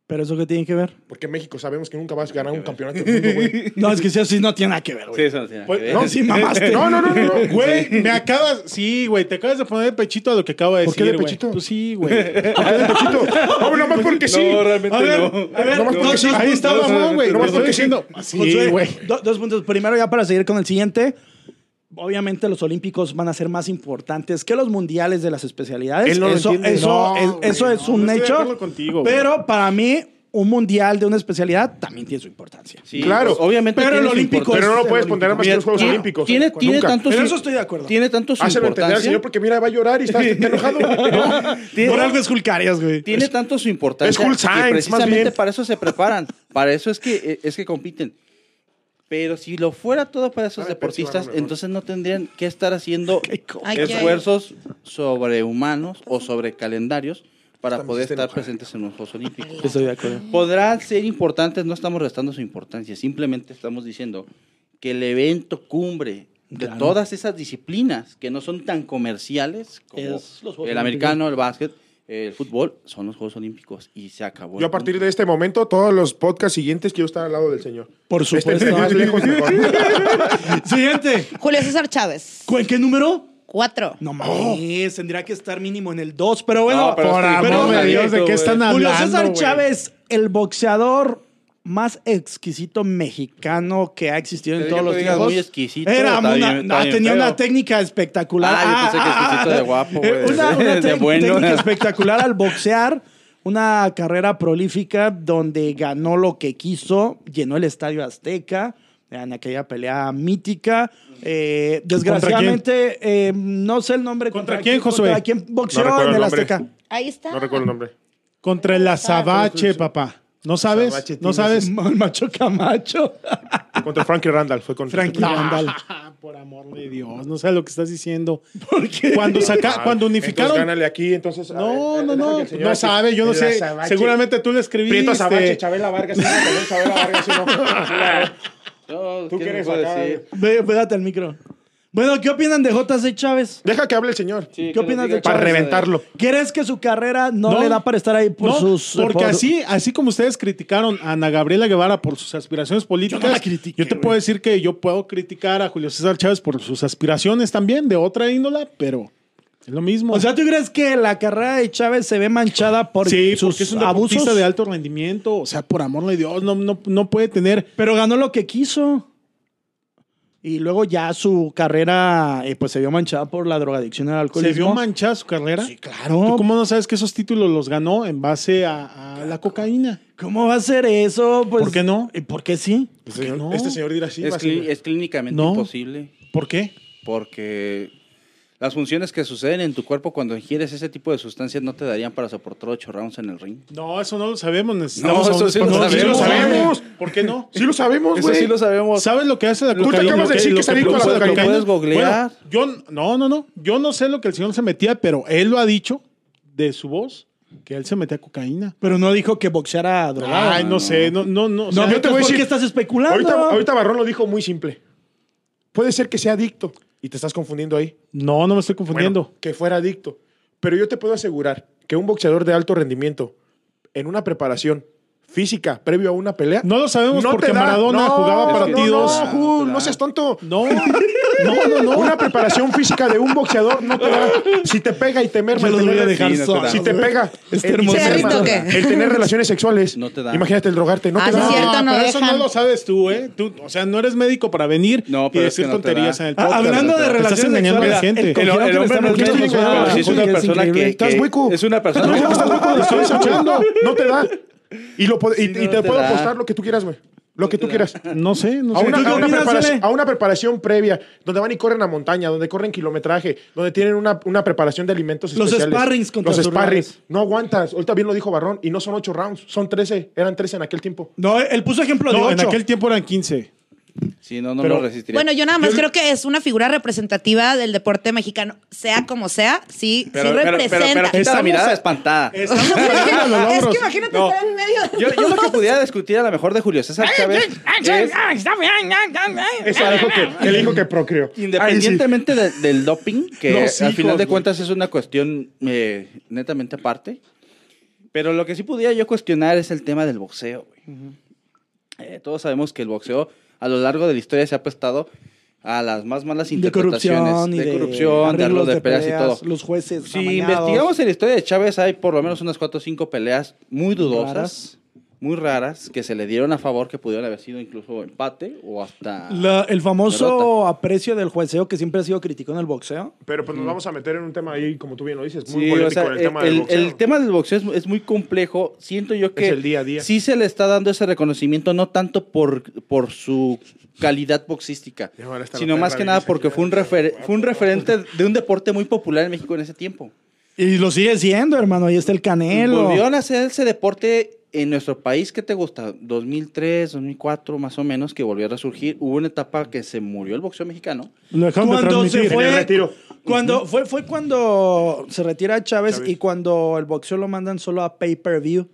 ¿Pero eso qué tiene que ver? Porque México sabemos que nunca vas a ganar un campeonato del mundo, güey. No, es que sí, sí no tiene nada que ver, Sí, güey. eso no tiene nada Pues, que ver. no, Sí, mamaste. No, no, no, no. no. [laughs] Güey, me acabas. Sí, güey, te acabas de poner de pechito a lo que acabo de ¿Por decir. qué de güey. pechito? Pues sí, güey. Pechito. No, nomás porque sí. No, realmente A ver, no. a ver, Nomás porque dos- sí. dos Ahí está, puntos. mamón, güey. no, Te no, estoy no, diciendo. Josué, Sí, güey. do- dos puntos. Primero, ya para seguir con el siguiente. obviamente los olímpicos van a ser más importantes que los mundiales de las especialidades. Él no lo eso, entiende. eso, No, es, güey, eso no, es un no estoy de hecho. acuerdo contigo, güey. pero para mí, un mundial de una especialidad también tiene su importancia. Sí, Claro. pues, obviamente. Pero tiene el su olímpico importancia. Pero no lo el puedes poner olímpico. más que los Juegos Tiene- Olímpicos. Tiene, tiene Nunca. tanto En su- eso estoy de acuerdo. Tiene tanto su Hácelo entender al importancia. señor porque mira, va a llorar y está [laughs] está enojado. Tiene- Por algo es Julcarias, güey. Tiene tanto su importancia Es cool que science, más precisamente bien. para eso se preparan, para eso es que eh, es que compiten. Pero si lo fuera todo para esos Ay, pero sí deportistas, van a lo mejor. entonces no tendrían que [laughs] estar haciendo Ay, qué- esfuerzos sobrehumanos o sobre calendarios para poder estar presentes en los Juegos Olímpicos. Estoy de acuerdo. Podrán ser importantes, no estamos restando su importancia, simplemente estamos diciendo que el evento cumbre de Claro. todas esas disciplinas que no son tan comerciales como Es los Juegos Olímpicos. el americano, el básquet, el fútbol, son los Juegos Olímpicos y se acabó. Yo a partir de este momento, todos los podcasts siguientes quiero estar al lado del señor. Por Este, supuesto. entre más lejos, [laughs] mejor. Siguiente. Julio César Chávez. ¿Cu- ¿En qué número? Cuatro. Oh. No mames, tendría que estar mínimo en el 2, pero bueno. No, pero Por es que- pero- amor de Dios, ¿de qué están hablando? Julio César güey? Chávez, el boxeador más exquisito mexicano que ha existido en Pero todos yo los que digas tiempos. muy exquisito, Era está una- bien, está ah, bien tenía feo. una técnica espectacular. Ah, yo pensé que exquisito de guapo, güey. eh, Una, una [laughs] De tec- bueno. técnica espectacular al boxear. Una carrera prolífica donde ganó lo que quiso, llenó el estadio Azteca en aquella pelea mítica. Eh, desgraciadamente, eh, no sé el nombre. ¿Contra quién, Josué? ¿Contra quién boxeó recuerdo en el el nombre. Azteca? Ahí está. No recuerdo el nombre. Contra el azabache, papá. ¿No sabes? Azabache, ¿No [laughs] tienes sabes? El macho Camacho. Contra Frankie Randall. Fue con Ah, Frankie No, Randall. Por amor de Dios, no sabes lo que estás diciendo. ¿Por qué? Cuando saca, Ah, cuando Entonces, unificaron. gánale aquí, entonces. a No, ver, no, deja no. que el pues señor No aquí- sabe, yo no el sé. azabache. Seguramente tú le escribiste. Prieto Azabache, Chabela Vargas. sí, también Chabela Vargas, sí, [laughs] no. No, Tú ¿qué que eres se puede acá, eh. decir? Ve, pégate al micro. Bueno, ¿qué opinan de JC Chávez? Deja que hable el señor. Sí, ¿Qué que opinas nos diga eh. de qué Chávez? Para piensa de- reventarlo. ¿Crees que su carrera no, No, le da para estar ahí por no, sus... eh, Porque por- así, así como ustedes criticaron a Ana Gabriela Guevara por sus aspiraciones políticas, Yo no la critiqué, yo te güey. puedo decir que yo puedo criticar a Julio César Chávez por sus aspiraciones también, de otra índola, pero es lo mismo. O sea, ¿tú crees que la carrera de Chávez se ve manchada por sí, sus porque es un abusos? deportista de alto rendimiento. O sea, por amor de Dios, no, no, no puede tener. Pero ganó lo que quiso. Y luego ya su carrera eh, pues se vio manchada por la drogadicción y el ¿Se alcoholismo. vio manchada su carrera? Sí, claro. ¿Tú cómo no sabes que esos títulos los ganó en base a, a la cocaína? ¿Cómo va a ser eso? Pues, ¿Por qué no? Pues ¿Y por qué sí? El señor- no? Este señor dirá sí. Es, va a clí- ser- es clínicamente No. imposible ¿Por qué? porque las funciones que suceden en tu cuerpo cuando ingieres ese tipo de sustancias no te darían para soportar ocho rounds en el ring. No, eso no lo sabemos. Necesitamos No, a un eso sí lo experto. sabemos. sabemos. ¿Por qué no? Sí lo sabemos, Eso güey. sí lo sabemos. ¿Sabes lo que hace la Tú te cocaína? acabas de decir Lo que salí con la produce cocaína. Puedes googlear. Bueno, yo, n- no, no, no. Yo no sé lo que el señor se metía, pero él lo ha dicho de su voz que él se metía cocaína. Pero no dijo que boxeara drogado. Ay, no, no. sé. No, no, no. o no, sea, yo te voy a decir... ¿Por qué decir- estás especulando? Ahorita, ahorita Barrón lo dijo muy simple. Puede ser que sea adicto y te estás confundiendo ahí. no, no me estoy confundiendo. Bueno, que fuera adicto. Pero yo te puedo asegurar que un boxeador de alto rendimiento, en una preparación física previo a una pelea. No lo sabemos porque te da- Maradona jugaba no, partidos. No, no, Ju, no seas tonto. No, no, no, no. Una preparación física de un boxeador no te da. Si te pega y te merma, Yo el los tener- voy a dejar Sí, no te solos, da. Si te güey. pega, Este el- y hermoso te merma, ¿Perrito qué? el tener relaciones sexuales. No te da. Imagínate el drogarte, no Ah, te sí, da. es cierto, no pero eso dejan. no lo sabes tú, ¿eh? Tú, o sea, no eres médico para venir No, y pero es decir que no te tonterías da. en el Ah, podcast. hablando de Te estás relaciones engañando a la sexuales, gente. el- El, el hombre no es Está médico, médico, pero sí es está una médico, persona que, increíble. que- Estás hueco. es una persona No, estás loco, lo estoy escuchando. No te da. Y, lo, pod- y, Sí, y no te, te puedo da. apostar lo que tú quieras, güey. Lo que tú quieras. No sé, no A sé. una, ¿Tú qué a una opinas, preparación, Ale? a una preparación previa, donde van y corren a montaña, donde corren kilometraje, donde tienen una, una preparación de alimentos Los especiales. sparrings contra Los sus sparrings. rivales. No aguantas. Ahorita bien lo dijo Barrón, y no son ocho rounds, son 13. Eran 13 en aquel tiempo. No, él puso ejemplo de No, en ocho. aquel tiempo eran 15. Sí, no, no Pero- lo resistiría. Bueno, yo nada más creo que es una figura representativa del deporte mexicano, sea como sea, sí, sí pero, pero- pero- representa. [laughs] pero quita la Estamos mirada a- espantada. es que imagínate No. estar en medio de Yo, yo lo que todos. pudiera discutir a lo mejor de Julio César Chávez es Eso dijo [laughs] que, él dijo que procreó. Independientemente de- del doping, que Los al hijos, final de güey. cuentas es una cuestión eh, netamente aparte, pero lo que sí pudiera yo cuestionar es el tema del boxeo. güey. Eh, todos sabemos que el boxeo a lo largo de la historia se ha prestado a las más malas de corrupción interpretaciones y de, corrupción, de arreglos arreglos de peleas y todo. Los jueces Si amañados. investigamos en la historia de Chávez, hay por lo menos unas 4 o 5 peleas muy dudosas, muy raras que se le dieron a favor que pudieron haber sido incluso empate o hasta La- el famoso derrota. aprecio del jueceo que siempre ha sido criticado en el boxeo. Pero pues nos vamos a meter en un tema ahí, como tú bien lo dices, muy Sí, polémico o sea, en el, tema el, del boxeo. el tema del boxeo es, es muy complejo. Siento yo que el día a día. sí se le está dando ese reconocimiento, no tanto por, por su calidad boxística, Ya, ahora está la sino más perra que nada Vinicius porque aquí, fue un, ya, refer- guapo, fue un referente de un deporte muy popular en México en ese tiempo. Y lo sigue siendo, hermano. Ahí está el canelo. Volvieron a hacer ese deporte en nuestro país, ¿qué te gusta? 2003, 2004, más o menos, que volvió a resurgir. Hubo una etapa que se murió el boxeo mexicano. Lo dejaron de Cuando se transmitir. fue, En el retiro. Cuando, fue, fue cuando se retira Chávez, Chávez. y cuando el boxeo lo mandan solo a pay-per-view.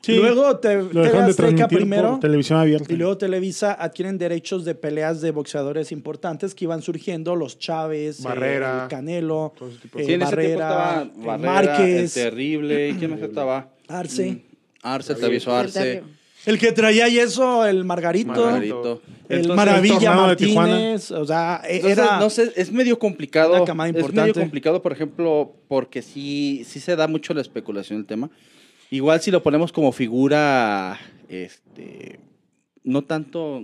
Sí, Luego te, lo TV dejaron de Azteca transmitir primero por televisión abierta. y luego Televisa adquieren derechos de peleas de boxeadores importantes que iban surgiendo, los Chávez, eh, Barrera. el Canelo, Todo ese tipo eh, Sí, en Barrera, ese eh, tiempo estaba Barrera, Márquez, el Terrible, ¿y [clears throat] ¿quién más estaba? Arce. Mm, Arce, el travieso Arce, el que traía y eso, el Margarito, Margarito. el Entonces, el Maravilla tornado de Tijuana. Martínez, o sea, e- entonces, era... no sé, es medio complicado. una camada Es medio importante. complicado, por ejemplo, porque sí, sí se da mucho la especulación el tema. Igual si lo ponemos como figura, este, no tanto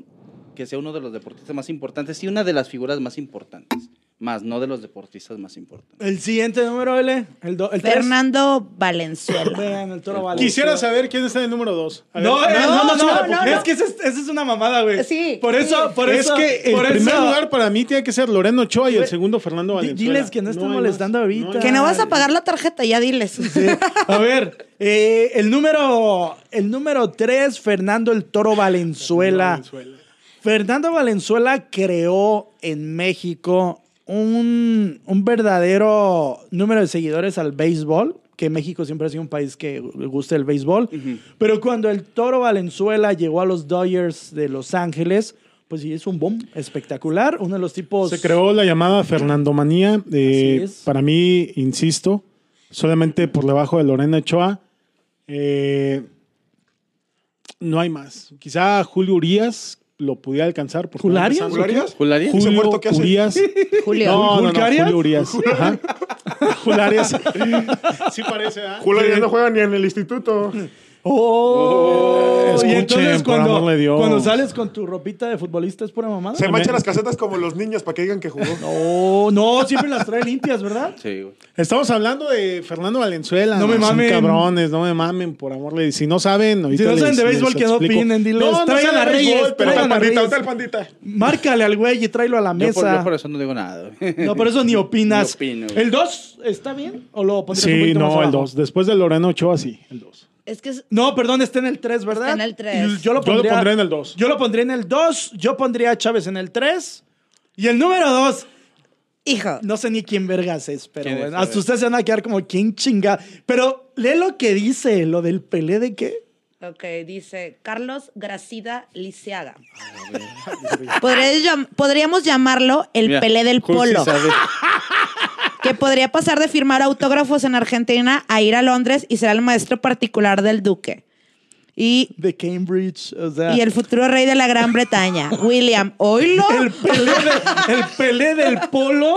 que sea uno de los deportistas más importantes, sí una de las figuras más importantes, más no de los deportistas más importantes. El siguiente número, L, el, do- el tres. Fernando Valenzuela. Vean, el toro Valencia. Quisiera saber quién está en el número 2. No, eh, no, no, no, no, no, Es no. que esa es, esa es una mamada, güey. Sí, Por sí. eso, por es eso. que el por primer eso- lugar para mí tiene que ser Loreno Ochoa y el segundo Fernando Di- Valenzuela. diles que no estén hay más. molestando ahorita. hay Que no vas a pagar la tarjeta, ya diles. A ver, eh, el número el número 3, Fernando el Toro Valenzuela. Valenzuela. Fernando Valenzuela creó en México un, un verdadero número de seguidores al béisbol, que México siempre ha sido un país que le gusta el béisbol. Pero cuando el Toro Valenzuela llegó a los Dodgers de Los Ángeles, pues sí, es un boom espectacular. Uno de los tipos... Se creó la llamada Fernandomanía. eh, pues. Así es. Para mí, insisto, solamente por debajo de Lorena Ochoa. eh, no hay más. Quizá Julio Urias lo pudiera alcanzar. por ¿Jularia? estar empezando. ¿Jularías? ¿Jularia? ¿Ese Julio muerto qué hace? Urias. [laughs] Julio. No, no, no, ¿Julcarias? Julio Urias. [laughs] Ajá. Jularias. Sí parece, ¿ah? Julio ya no juega ni en el instituto. ¡Oh! Escuchen, y entonces por cuando, amor de Dios. cuando sales con tu ropita de futbolista es pura mamada. Se manchan las casetas como los niños para que digan que jugó. No, no, siempre las trae limpias, ¿verdad? Sí, güey. Estamos hablando de Fernando Valenzuela. No me son mamen. cabrones, no me mamen, por amor. de- Si no saben, ahorita Si no saben les- de les béisbol, que no explico. opinen, diles. No, no Traigan saben a de Reyes, béisbol, pero Pero Traigan el a pandita, Reyes. ahorita el pandita. Márcale al güey y tráelo a la Yo por, mesa. yo por eso no digo nada. güey. No, por eso ni opinas. Ni opino, güey. ¿El 2 está bien? ¿O lo pondrías un Sí, poquito más no, el abajo? 2. Después de Loreno Ochoa, sí, el 2. Es que es- No, perdón, está en el 3, ¿verdad? Está en el tres. Y Yo lo Yo lo pondría, pondré en el dos. Yo lo pondría en el 2, yo pondría a Chávez en el 3. Y el número 2, hijo. no sé ni quién vergas es, pero ¿Quién es? bueno, A hasta ver. ustedes se van a quedar como, ¿quién chinga? Pero lee lo que dice, lo del pelé de qué. Ok, dice Carlos Gracida Lisiaga. Podrías llam- podríamos llamarlo el Mira, Pelé del Jul sí Polo, sabe. que podría pasar de firmar autógrafos en Argentina a ir a Londres y será el maestro particular del Duque. Y, De Cambridge, o sea. y el futuro rey de la Gran Bretaña, William Oilo. [laughs] El Pelé, de- el Pelé del polo.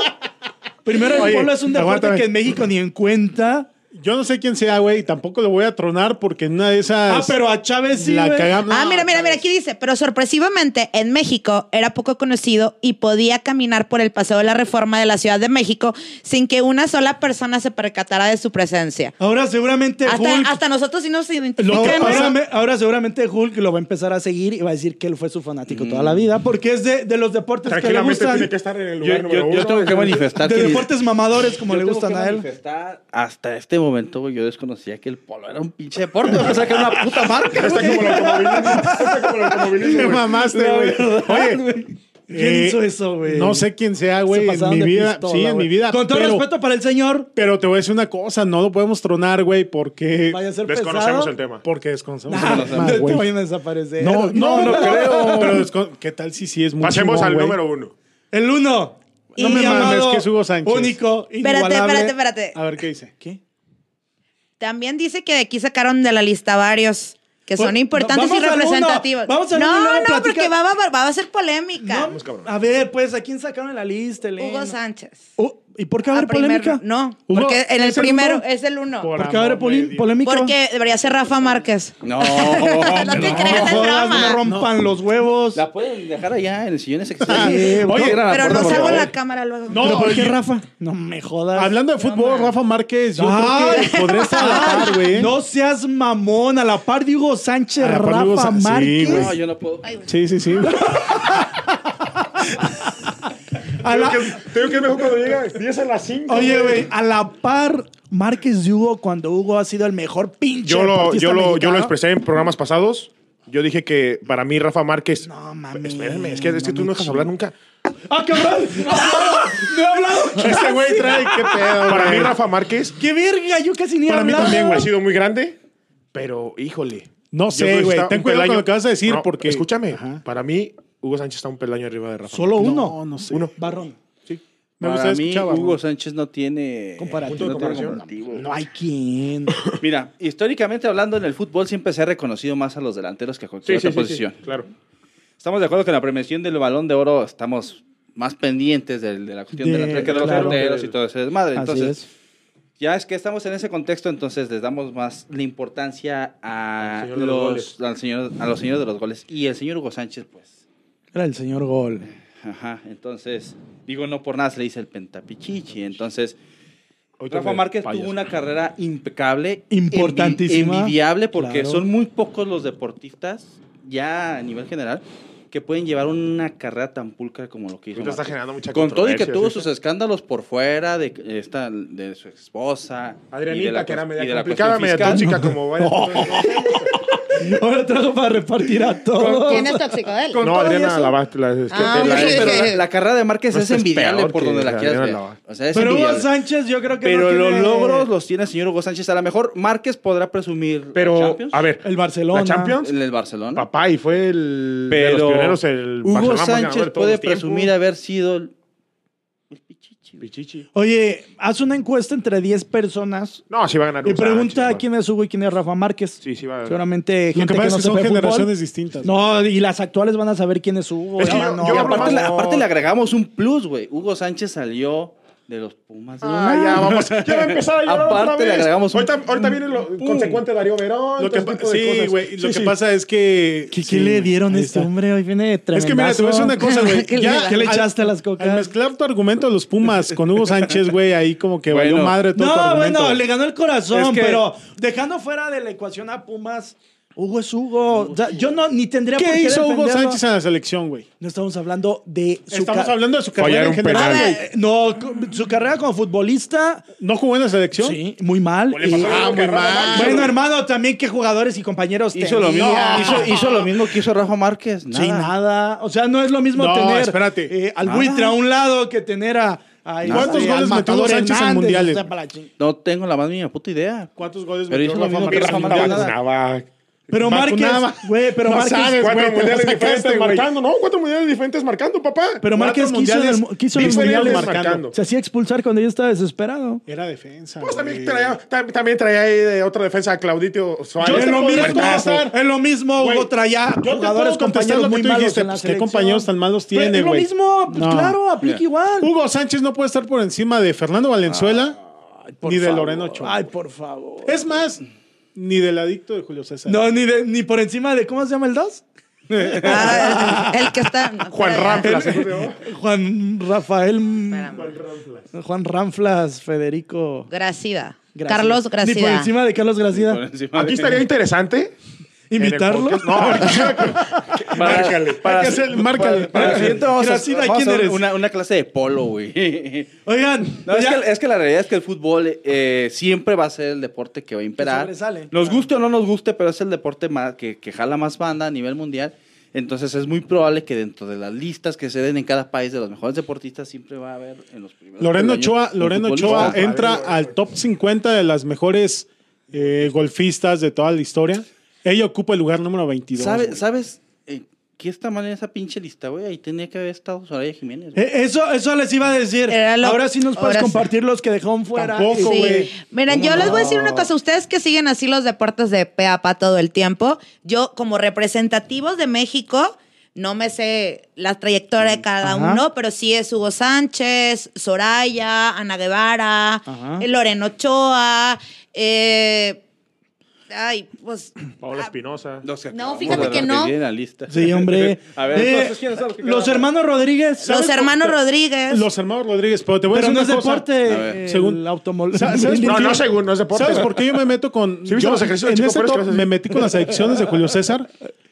Primero, el Oye, polo es un deporte aguántame. que en México ni en cuenta. Yo no sé quién sea, güey, y tampoco lo voy a tronar porque en una de esas. Ah, [laughs] pero a Chávez sí. la güey. cagamos. Ah, No, mira, mira, mira, aquí dice, pero sorpresivamente en México era poco conocido y podía caminar por el Paseo de la Reforma de la Ciudad de México sin que una sola persona se percatara de su presencia. Ahora seguramente Hasta, Este Hulk. hasta nosotros sí nos Lo que identificamos. ahora, me- ahora seguramente Hulk lo va a empezar a seguir y va a decir que él fue su fanático toda Mm. la vida porque es de, de los deportes que le Tranquilamente gustan. tiene que estar en el Yo, lugar número yo- yo uno. tengo que manifestar. De que- deportes mamadores como Yo le tengo gustan que a él. manifestar, Hasta este momento, güey, yo desconocía que el polo era un pinche deporte. Yo pensaba que era una puta [laughs] marca. Está güey. como el automovilismo. Está como el automovilismo. Te güey. mamaste, este, güey. Oye. eh, ¿Quién hizo eso, güey? No sé quién sea, Se güey. En pasaron mi de vida. pistola, sí, en güey. mi vida. Con todo pero, respeto para el señor, Pero te voy a decir una cosa, no lo podemos tronar, güey, porque. vaya a ser Desconocemos pesado. el tema. Porque desconocemos. Ah, a los demás, no te güey. vayan a desaparecer. No, no, no creo. Pero descon- ¿qué tal si sí es muy Pasemos chingón, al güey? número uno. El uno. Y- No me llamado mames, que es Hugo Sánchez. Único, Espérate, inigualable. espérate, espérate. A ver qué dice. ¿Qué? También dice que de aquí sacaron de la lista varios que son Bueno, importantes y Pues, vamos al uno, representativos. vamos al uno y no, luego no, platica- porque va, va- va a ser polémica. No, a ver, pues, ¿a quién sacaron de la lista, Elena? Hugo Sánchez. Oh, ¿Y por qué va a haber A primer- polémica? No, Hubo- porque en el ¿es el primero uno? es el uno. Por ¿Por qué va a haber amor poli- de Dios. polémica? Porque debería ser Rafa Márquez. No, [laughs] No te pero- No creas el jodas, drama. me rompan los huevos. La pueden dejar allá en el sillón ese que está Sí, ahí. Oye, Cierra la Pero puerta, no por salgo en favor. la cámara luego. No, ¿Pero por qué, oye, Rafa? No me jodas. Hablando de fútbol, Rafa Márquez, yo creo Ay. que podría estar a la par, güey. No seas mamón. A la par de Hugo Sánchez, A la par de Rafa Hugo Sa- sí, Márquez. güey. No, yo no puedo. Sí, sí, sí. a Tengo la- que, tengo que es mejor cuando llega 10 a las 5. [laughs] oye, güey, a la par Márquez de Hugo cuando Hugo ha sido el mejor pinche. Yo lo, deportista yo, lo, yo mexicano. lo expresé en programas pasados. Yo dije que para mí Rafa Márquez. No, mames. Espérame, es que, es que No tú me no dejas hablar nunca. ¡Ah, cabrón! ¡No he hablado! ¡No he hablado! [laughs] Este güey trae, qué pedo, Para mí güey. Rafa Márquez. ¡Qué verga! Yo casi ni he Para mí hablado. también, güey. Ha sido muy grande. Pero, híjole. No Yo sé, creo que güey. está Ten un cuidado con peldaño- lo que vas a decir, porque- Escúchame. Ajá. Para mí, Hugo Sánchez está un peldaño arriba de Rafa. Solo No, uno. no sé. Uno. Barrón. Me Para gustaría mí, escuchar, vamos. Hugo Sánchez no tiene. Comparativo. no tiene Comparativo. comparativo. No hay quien. Mira, históricamente hablando, en el fútbol siempre se ha reconocido más a los delanteros que a Sí, cualquier sí, otra sí, sí, posición. Claro. Estamos de acuerdo que en la premiación del balón de oro estamos más pendientes del- de, la cuestión De- delantera que de los claro. delanteros y todo ese desmadre. Así Entonces, es. Ya es que estamos en ese contexto, entonces les damos más la importancia a Al señor de los los, goles. al señor, a los señores de los goles. Y el señor Hugo Sánchez, pues. Era el señor Gol. Ajá, entonces, digo, no por nada se le dice el pentapichichi. Entonces, Hoy Rafa tengo Márquez payaso. tuvo una carrera impecable, Importantísima, envi- envidiable, porque claro. son muy pocos los deportistas, ya a nivel general, que pueden llevar una carrera tan pulcra como lo que hizo. Ahorita está Márquez. generando mucha Con todo y que controversia, tuvo sí. sus escándalos por fuera de, esta, de su esposa. y de Adrianita, la que era cues- media y de la complicada, cuestión media fiscal. tóxica, [laughs] como vaya. Ahora trajo para repartir a todos. ¿Quién es tóxico él? Con No, todo y Adriana eso- Lavaste. La, es que Ah, te la- ok. Pero la, la carrera de Márquez No, es esto es envidiable peor por que donde la quieras Adriana ver. Lava. O sea, es Pero Hugo envidiable. Sánchez, yo creo que no Pero los tiene- logros los tiene el señor Hugo Sánchez. A lo mejor Márquez podrá presumir Pero, Champions a ver. El Barcelona. La Champions, en el Barcelona. papá, y fue el de pero los pioneros, el Hugo Barcelona más ganador Sánchez de todos puede los tiempos. presumir haber sido el, el pichichi. güey. Pichichi. Oye, haz una encuesta entre 10 personas No, sí va a ganar y Hugo pregunta Sánchez, quién es Hugo y quién es Rafa Márquez. Sí, sí va a ganar. Seguramente Lo gente que no pasa es que se son fue de fútbol. generaciones distintas. No, y las actuales van a saber quién es Hugo. Es que hermano. yo- yo Y hablo aparte, más- le- aparte le agregamos un plus, güey. Hugo Sánchez salió de los Pumas. de Ah, León. ya, vamos. Ya va a empezar a llorar Aparte, otra vez. le agregamos un- ahorita, ahorita viene lo Pum. consecuente Darío Verón. Lo que, todo ese tipo de sí, cosas. güey. Lo Sí, que sí. pasa es que. ¿Qué, sí, qué le güey, dieón ahí a este está. hombre? Hoy viene tremendo. Es que mira, te voy a decir una [laughs] cosa, güey. ¿Qué, Ya, le al- echaste a las Al cocas? mezclar tu argumento de los Pumas con Hugo Sánchez, güey, ahí como que valió Bueno. madre todo tu No, argumento. bueno, le ganó el corazón, Es que- pero dejando fuera de la ecuación a Pumas, Hugo es Hugo. O sea, yo no, ni tendría por ¿Qué hizo Hugo defenderlo. Sánchez en la selección, güey? No estamos hablando de su Estamos ca- hablando de su carrera Fallar en un general. penal. güey. Eh, No, cu- su carrera como futbolista, ¿No jugó en la selección? sí, muy mal. Le pasó Y- algo Ah, muy que Rafa mal. Márquez- bueno, hermano, también qué jugadores y compañeros Hizo lo, mismo, tenía. hizo, hizo lo mismo que hizo Rafa Márquez. Nada. Sí, nada. O sea, no es lo mismo No, tener espérate. eh, al Nada. buitre a un lado que tener a. a- este, ¿Cuántos al goles metió matador Hugo Sánchez en Hernández? mundiales? O sea, para la ching- No tengo la más mínima puta idea. ¿Cuántos goles Pero metió hizo lo Rafa mismo que Márquez Rafa en Márquez. mundiales? Vacunaba. Pero Vacunaba. Márquez, güey, pero No Márquez. sabes, güey, Cuatro güey, te mundiales sacaste, diferentes güey. marcando. No, cuatro mundiales diferentes marcando, papá. pero Márquez Cuatro quiso, en el, mundiales mu- quiso en el diferentes mundial marcando. marcando. Se hacía expulsar cuando yo estaba desesperado. Era defensa. Pues también güey. traía, tam- también traía ahí de otra defensa a Claudito Suárez. Yo te lo podría mismo, contestar. es lo mismo, Güey, Hugo traía yo te jugadores puedo contestar compañeros lo que muy tú malos dijiste, en la pues, ¿qué selección. compañeros tan malos Pero tiene, Es lo güey? mismo, pues No. claro, aplica Mira. igual. Hugo Sánchez no puede estar por encima de Fernando Valenzuela Por ni de favor. Loreno Ochoa. Ay, por favor. Es más, ni del adicto de Julio César. No, ni, de- ni por encima de, ¿cómo se llama el 2? Ah, el que está. no, Juan espera, Ramplas. Juan Rafael. espérame. Juan Ranflas, Federico. Gracida. Gracida. Carlos Ni por Gracida. encima de Carlos Por Gracida. encima Aquí de- estaría interesante. en el ¿Imitarlo? podcast. No, Para- para- Hay que hacer- márcale. Para el siguiente vamos a- Gracida, vamos a ¿quién hacer eres? Una, una clase de polo, güey. Oigan, No, es, ya- que, es que la realidad es que el fútbol eh, siempre va a ser el deporte que va a imperar. Que sobresale. Nos guste o no nos guste, pero es el deporte más, que, que jala más banda a nivel mundial. Entonces es muy probable que dentro de las listas que se den en cada país de los mejores deportistas siempre va a haber en los primeros. Loreno peldaños Ochoa, un Loreno futbolista. Ochoa eh, entra al top 50 de las mejores eh, golfistas de toda la historia. Ella ocupa el lugar número 22. ¿Sabe- güey. ¿Sabes eh, qué está mal en esa pinche lista, güey? Ahí tenía que haber estado Soraya Jiménez. güey. eh, eso, eso les iba a decir. Era lo- Ahora sí nos puedes ahora sí. compartir los que dejaron fuera. Tampoco, Eh, Sí. güey. Miren, yo les voy a decir una cosa. Ustedes que siguen así los deportes de peapa todo el tiempo, yo como representativos de México, No me sé la trayectoria de cada Ajá. uno, pero sí es Hugo Sánchez, Soraya, Ana Guevara, Ajá. eh, Lorena Ochoa, eh, ay, pues Paola ah, Espinosa. No, fíjate que no. En la lista. Sí, hombre. [laughs] A ver, Eh, entonces, ¿quiénes son los que los quedaron? hermanos Rodríguez. ¿sabes? los hermanos Rodríguez. Los hermanos Rodríguez, pero te voy a Pero decir no es una cosa. deporte. A ver. eh, Según- el automóvil. [laughs] Sa- ¿Sabes No, por qué? no, según, no es deporte. ¿Sabes por qué yo me meto [laughs] con. ¿Sí viste yo los ejercicios de en Chico este Pérez que top hace así? me metí con las adicciones de Julio César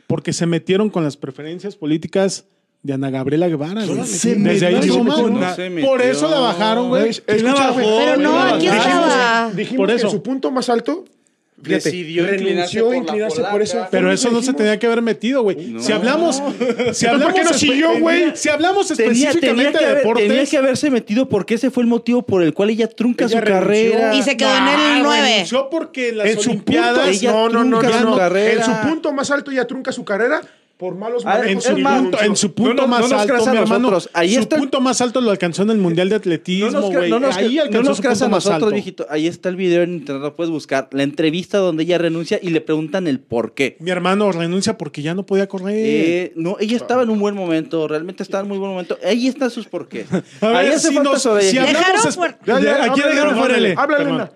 porque se metieron con las preferencias políticas de Ana Gabriela Guevara. güey. Se Desde ahí metió digo, con "Mano, una- Se metió. Por eso la bajaron, güey. Güey, escucha, güey. bajó? Pero no, Mira, aquí dijimos- estaba. Dijimos Por que eso. en su punto más alto, fíjate, Decidió renunció a inclinarse por la inclinarse por eso. polaca. Pero eso no se Dijimos- tenía que haber metido, güey. Si hablamos. Si Entonces, hablamos ¿por qué no espe- siguió, güey? Si hablamos Tenía, tenía, específicamente que de haber- deportes. tenía que haberse metido porque ese fue el motivo por el cual ella trunca Ella su renunció. carrera. Y se quedó en Ah, el 9. renunció porque en las En su punto, Olimpiadas. ella no, no, no, trunca no, su no. En carrera. su punto más alto ya trunca su carrera por malos Ah, En manejos. su, y más- punto, corrupción. en su punto No nos- más no nos alto, creas a mi hermano. nosotros. Ahí su está el- punto más alto lo alcanzó en el Mundial de Atletismo, No nos, cre- güey. no nos cre- Ahí no alcanzó nos su creas punto a más nosotros, alto. viejito. Ahí está el video en internet, lo puedes buscar. La entrevista donde ella renuncia y le preguntan el por qué. Mi hermano renuncia porque ya no podía correr. Eh, no, ella estaba en un buen momento, realmente estaba en muy buen momento. Ahí están sus porqués. [laughs] A ver, Ahí hace si falta nos- Soraya si Jiménez. hablamos Dejaron es- fuera- Ya, ya, aquí háblale, dejaron fuera háblale, el- háblale, Perdón. Elena.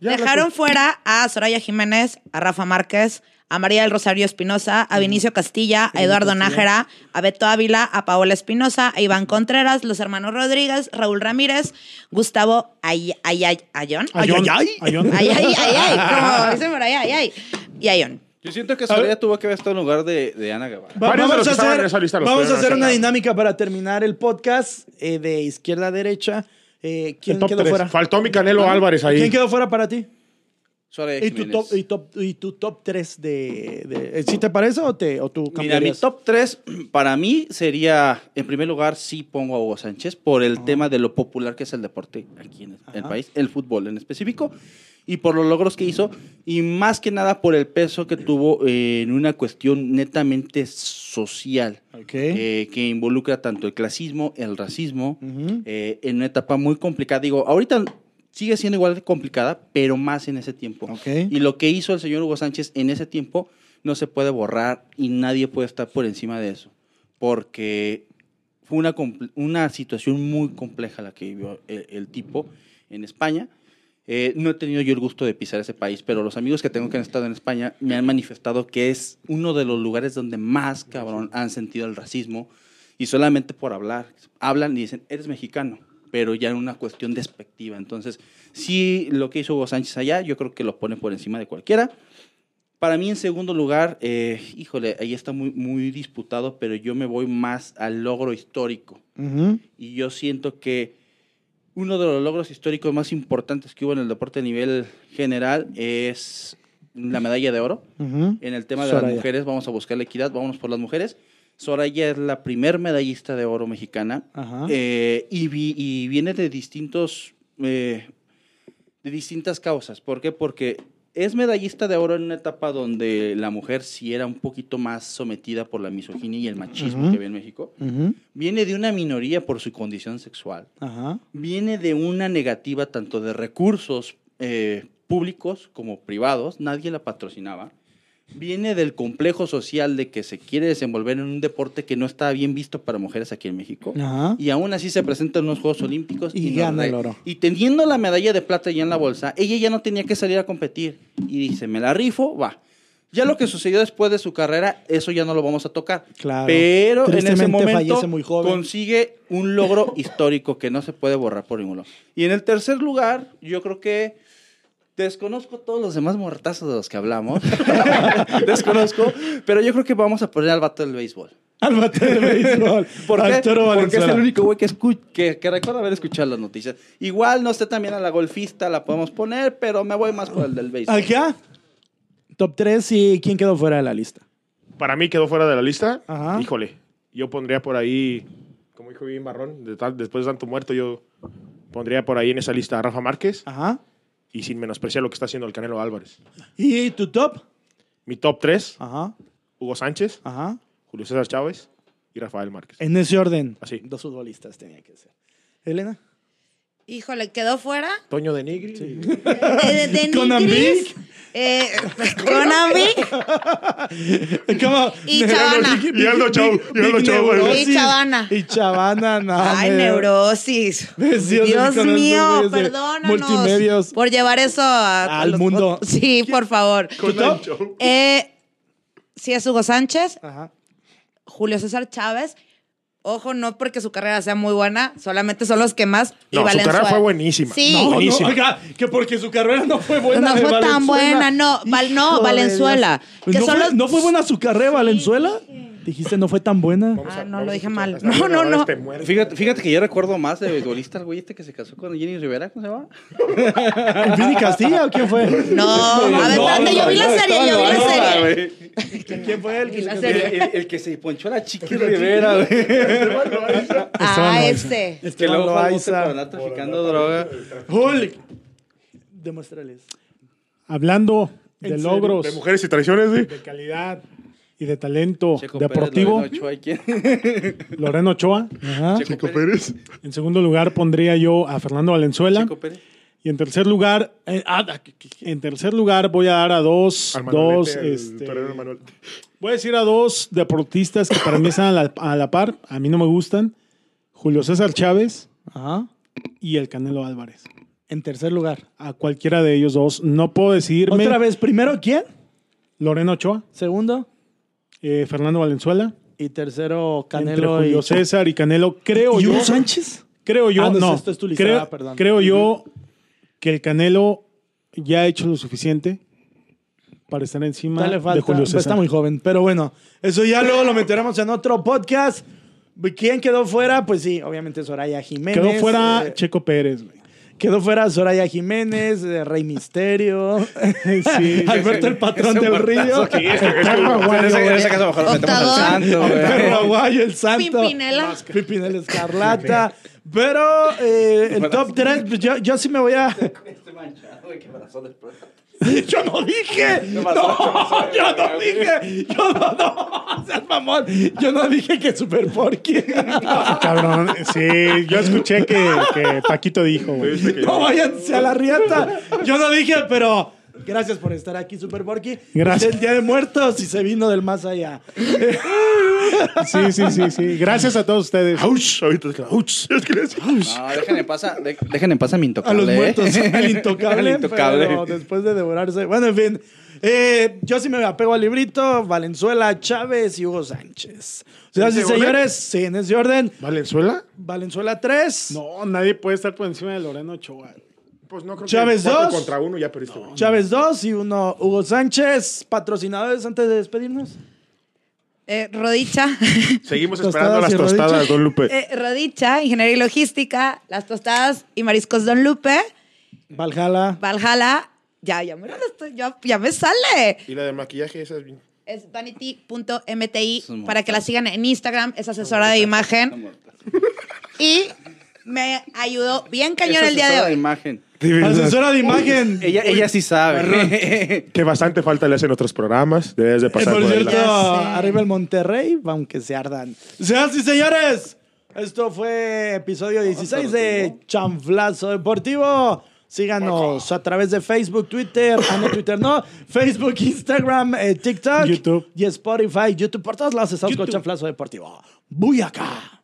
Ya habla Dejaron tú. fuera a Soraya Jiménez, a Rafa Márquez, a María del Rosario Espinosa, a Vinicio Castilla, a Eduardo Nájera, a Beto Ávila, a Paola Espinosa, a Iván Contreras, los hermanos Rodríguez, Raúl Ramírez, Gustavo Ay- Ay- Ay- Ayón. Ayón, Ayón. Ay, ay, ay, [laughs] ay, como dicen por ahí, ay, ay. Y Ayón. Yo siento que Soraya tuvo que haber estado en lugar de, de Ana Guevara. Va- Varios de vamos los a que estaban en esa hacer, lista los vamos a pudieron hacer hacer una nada. dinámica para terminar el podcast eh, de izquierda a derecha. Eh, ¿Quién El top quedó tres. fuera? Faltó mi Canelo Álvarez ahí. ¿Quién quedó fuera para ti? Soraya ¿Y tu, Jiménez. top, y, top, y tu top 3 de, de- eh, ¿Sí te parece o, te, o tú Mira, mi cambiarías? top 3 [clears throat] para mí sería, en primer lugar, sí pongo a Hugo Sánchez por el tema de lo popular que es el deporte aquí en el país, el fútbol en específico, y por los logros que hizo, y más que nada por el peso que tuvo eh, en una cuestión netamente social, Ok. eh, que involucra tanto el clasismo, el racismo, Ujú. eh, en una etapa muy complicada. Digo, ahorita sigue siendo igual de complicada, pero más en ese tiempo. Ok. Y lo que hizo el señor Hugo Sánchez en ese tiempo no se puede borrar y nadie puede estar por encima de eso. Porque fue una, comple- una situación muy compleja la que vivió el, el tipo en España. Eh, no he tenido yo el gusto de pisar ese país, pero los amigos que tengo que han estado en España me han manifestado que es uno de los lugares donde más cabrón han sentido el racismo y solamente por hablar. Hablan y dicen, eres mexicano, pero ya en una cuestión despectiva. Entonces, sí, lo que hizo Hugo Sánchez allá, yo creo que lo pone por encima de cualquiera. Para mí, en segundo lugar, eh, híjole, ahí está muy, muy disputado, pero yo me voy más al logro histórico. Ujú. Y yo siento que uno de los logros históricos más importantes que hubo en el deporte a nivel general es la medalla de oro. Ujú. En el tema de Soraya. las mujeres, vamos a buscar la equidad, vámonos por las mujeres. Soraya es la primer medallista de oro mexicana Ajá. eh, y, vi- y viene de distintos eh, de distintas causas. ¿Por qué? Porque es medallista de oro en una etapa donde la mujer sí era un poquito más sometida por la misoginia y el machismo Ujú. que había en México. Ujú. Viene de una minoría por su condición sexual Ajá. viene de una negativa tanto de recursos eh, públicos como privados, nadie la patrocinaba. Viene del complejo social de que se quiere desenvolver en un deporte que no estaba bien visto para mujeres aquí en México. Ajá. Y aún así se presenta en unos Juegos Olímpicos Y no gana re- el oro. Y teniendo la medalla de plata ya en la bolsa, ella ya no tenía que salir a competir. Y dice, me la rifo, va. Ya lo que sucedió después de su carrera, eso ya no lo vamos a tocar. Claro. Pero en ese Tristemente momento fallece muy joven. consigue [laughs] un logro histórico que no se puede borrar por ninguno. Y en el tercer lugar, yo creo que desconozco todos los demás muertazos de los que hablamos. [laughs] [laughs] desconozco. Pero yo creo que vamos a poner al vato del béisbol. Al bate [laughs] de béisbol. ¿Por Al qué? Toro Porque es Valenzuela. el único güey que, escu- que, que recuerda haber escuchado las noticias. Igual, no sé, también a la golfista la podemos poner, pero me voy más por el del béisbol. ¿Al qué? Top 3 y quién quedó fuera de la lista. Para mí quedó fuera de la lista. Ajá. Híjole, yo pondría por ahí, como dijo bien Barrón, de tal- después de tanto muerto, yo pondría por ahí en esa lista a Rafa Márquez Ajá. y sin menospreciar lo que está haciendo el Canelo Álvarez. ¿Y tu top? Mi top 3, Ajá. Hugo Sánchez, Ajá. Julio César Chávez y Rafael Márquez. En ese orden. Así. Dos futbolistas tenía que ser. Elena. Híjole, quedó fuera. [laughs] Toño de Nigri. De, de- de Con Nigris, Ambric. Eh, Konami ¿Cómo? [laughs] y Chavana. Y Aldo Chau, y Aldo Big Chau, güey. neurosis. Y Chavana. Y Chavana, no. Ay, me- neurosis. Dios, sí, Dios con mío, esos güeyes de perdónanos. multimedios. Por llevar eso a- a Al los mundo. pod- Sí, por favor. Con top? el show. Eh, sí, es Hugo Sánchez, Ajá. Julio César Chávez. Ojo, no porque su carrera sea muy buena, solamente son los que más. y No, su Valenzuela. carrera fue buenísima. Sí. No, no, Buenísima. oiga, que porque su carrera no fue buena. No de fue tan Valenzuela. buena, no, Val- no, Hijo de Valenzuela, Dios. que ¿No, son fue, los- no fue buena su carrera, Valenzuela? Dijiste, no fue tan buena. Vamos Ah, no, vamos lo dije escuchar. mal. Hasta No, que no, Navarro no. esté este muerto. Fíjate, fíjate que yo recuerdo más de beisbolista, el güey este que se casó con Jenny Rivera, ¿cómo se llama? ¿Vini Castilla o quién fue? No, a ver, No, espérate, no, yo vi la no, serie, yo vi la no, serie. güey. ¿Quién fue él? La El, serie. el- el que se ponchó a [laughs] la chiqui Rivera, güey. Ah, este. Que Esteban luego fue al bote por Loaiza. andar traficando droga. Hulk. Demuéstrales. Hablando ¿En de serio? logros, De mujeres y traiciones, ¿eh? güey. de calidad y de talento Checo Pérez, deportivo, Lorena Ochoa, ¿y quién? Loreno Ochoa. Ajá. Ah, Checo Chico Pérez. Pérez. En segundo lugar pondría yo a Fernando Valenzuela. Checo Pérez. Y en tercer lugar, Eh, ah, ah, que- que- que- en tercer lugar voy a dar a dos, Al Manolete, dos, al este, torero Manuel. [laughs] voy a decir a dos deportistas que para mí están a la, a la par, a mí no me gustan, Julio César Chávez Ajá. y el Canelo Álvarez. En tercer lugar. A cualquiera de ellos dos no puedo decidirme. Otra vez, primero, ¿quién? Loreno Ochoa, Segundo. eh, Fernando Valenzuela, Y tercero, entre Canelo Julio y. César y Canelo, creo ¿Y yo. Hugo Sánchez? Creo yo, Ah, no, no. esto es tu lista, creo, ah, perdón. creo yo que el Canelo ya ha hecho lo suficiente para estar encima Dale falta. Pues de Julio César. Está muy joven, pero bueno, eso ya luego lo meteremos en otro podcast. ¿Quién quedó fuera? Pues sí, obviamente Soraya Jiménez. Quedó fuera eh, Checo [laughs] Pérez, güey. quedó fuera Soraya Jiménez, eh, Rey Misterio, [laughs] Sí. [laughs] Alberto el Patrón Ese del Río, muertazo el que es, perro En aguayo, ese, en güey, ese caso mejor lo metemos al Octador. santo, el perro güey. aguayo, el santo. Pimpinela. Pimpinela Escarlata. Pero eh, el top 3, yo, yo sí me voy a... Este manchado, güey, qué corazón [laughs] del perro. Yo no dije. No, yo no dije. Yo no, no, seas mamón. Yo no dije que Super [laughs] Porky. Cabrón, sí, yo escuché que, que Paquito dijo, güey. No váyanse a la riata. Yo no dije, pero gracias por estar aquí, Super Porky. Gracias. Es el Día de Muertos y se vino del más allá. Sí, sí, sí, sí. Gracias a todos ustedes. Ouch, ahorita es que ouch, es que le decía, ouch. No, dejen en paz a, de- dejen en paz a mi A intocable. los ¿eh? muertos, al intocable. [laughs] Al intocable. pero después de devorarse. Bueno, en fin. Eh, yo sí me apego al librito. Valenzuela, Chávez y Hugo Sánchez. Señoras y ese orden? señores, sí, en ese orden. ¿Valenzuela? Valenzuela 3. No, nadie puede estar por encima de Loreno Ochoa. Pues no creo Chávez que cuatro dos. contra uno ya perdiste. güey. Chávez 2 y uno Hugo Sánchez. Patrocinadores antes de despedirnos. Eh, Rodicha. Seguimos Tostadas esperando y las rodichas. tostadas, don Lupe. Eh, Rodicha, Ingeniería y Logística, Las Tostadas y Mariscos Don Lupe, Valhalla. Valhalla. Ya, ya me, lo estoy- ya, ya me sale. Y la de maquillaje, esa es bien. Es vanity.mti Son para que la sigan en Instagram. Es asesora de imagen. Y me ayudó bien cañón Esa el día de asesora hoy. imagen. Asesora de imagen. Ella, ella sí [laughs] sabe. Que bastante falta le hacen otros programas. Debes de Eh, pasar por por ahí. cierto, la- Ya sé. arriba el Monterrey, aunque se ardan. Señoras y señores, esto fue episodio 16 de Chanflazo Deportivo. Síganos a través de Facebook, Twitter, ah, no, Twitter no, Facebook, Instagram, eh, TikTok, YouTube. y Spotify, YouTube, por todos lados estamos con Chanflazo Deportivo. ¡Voy acá!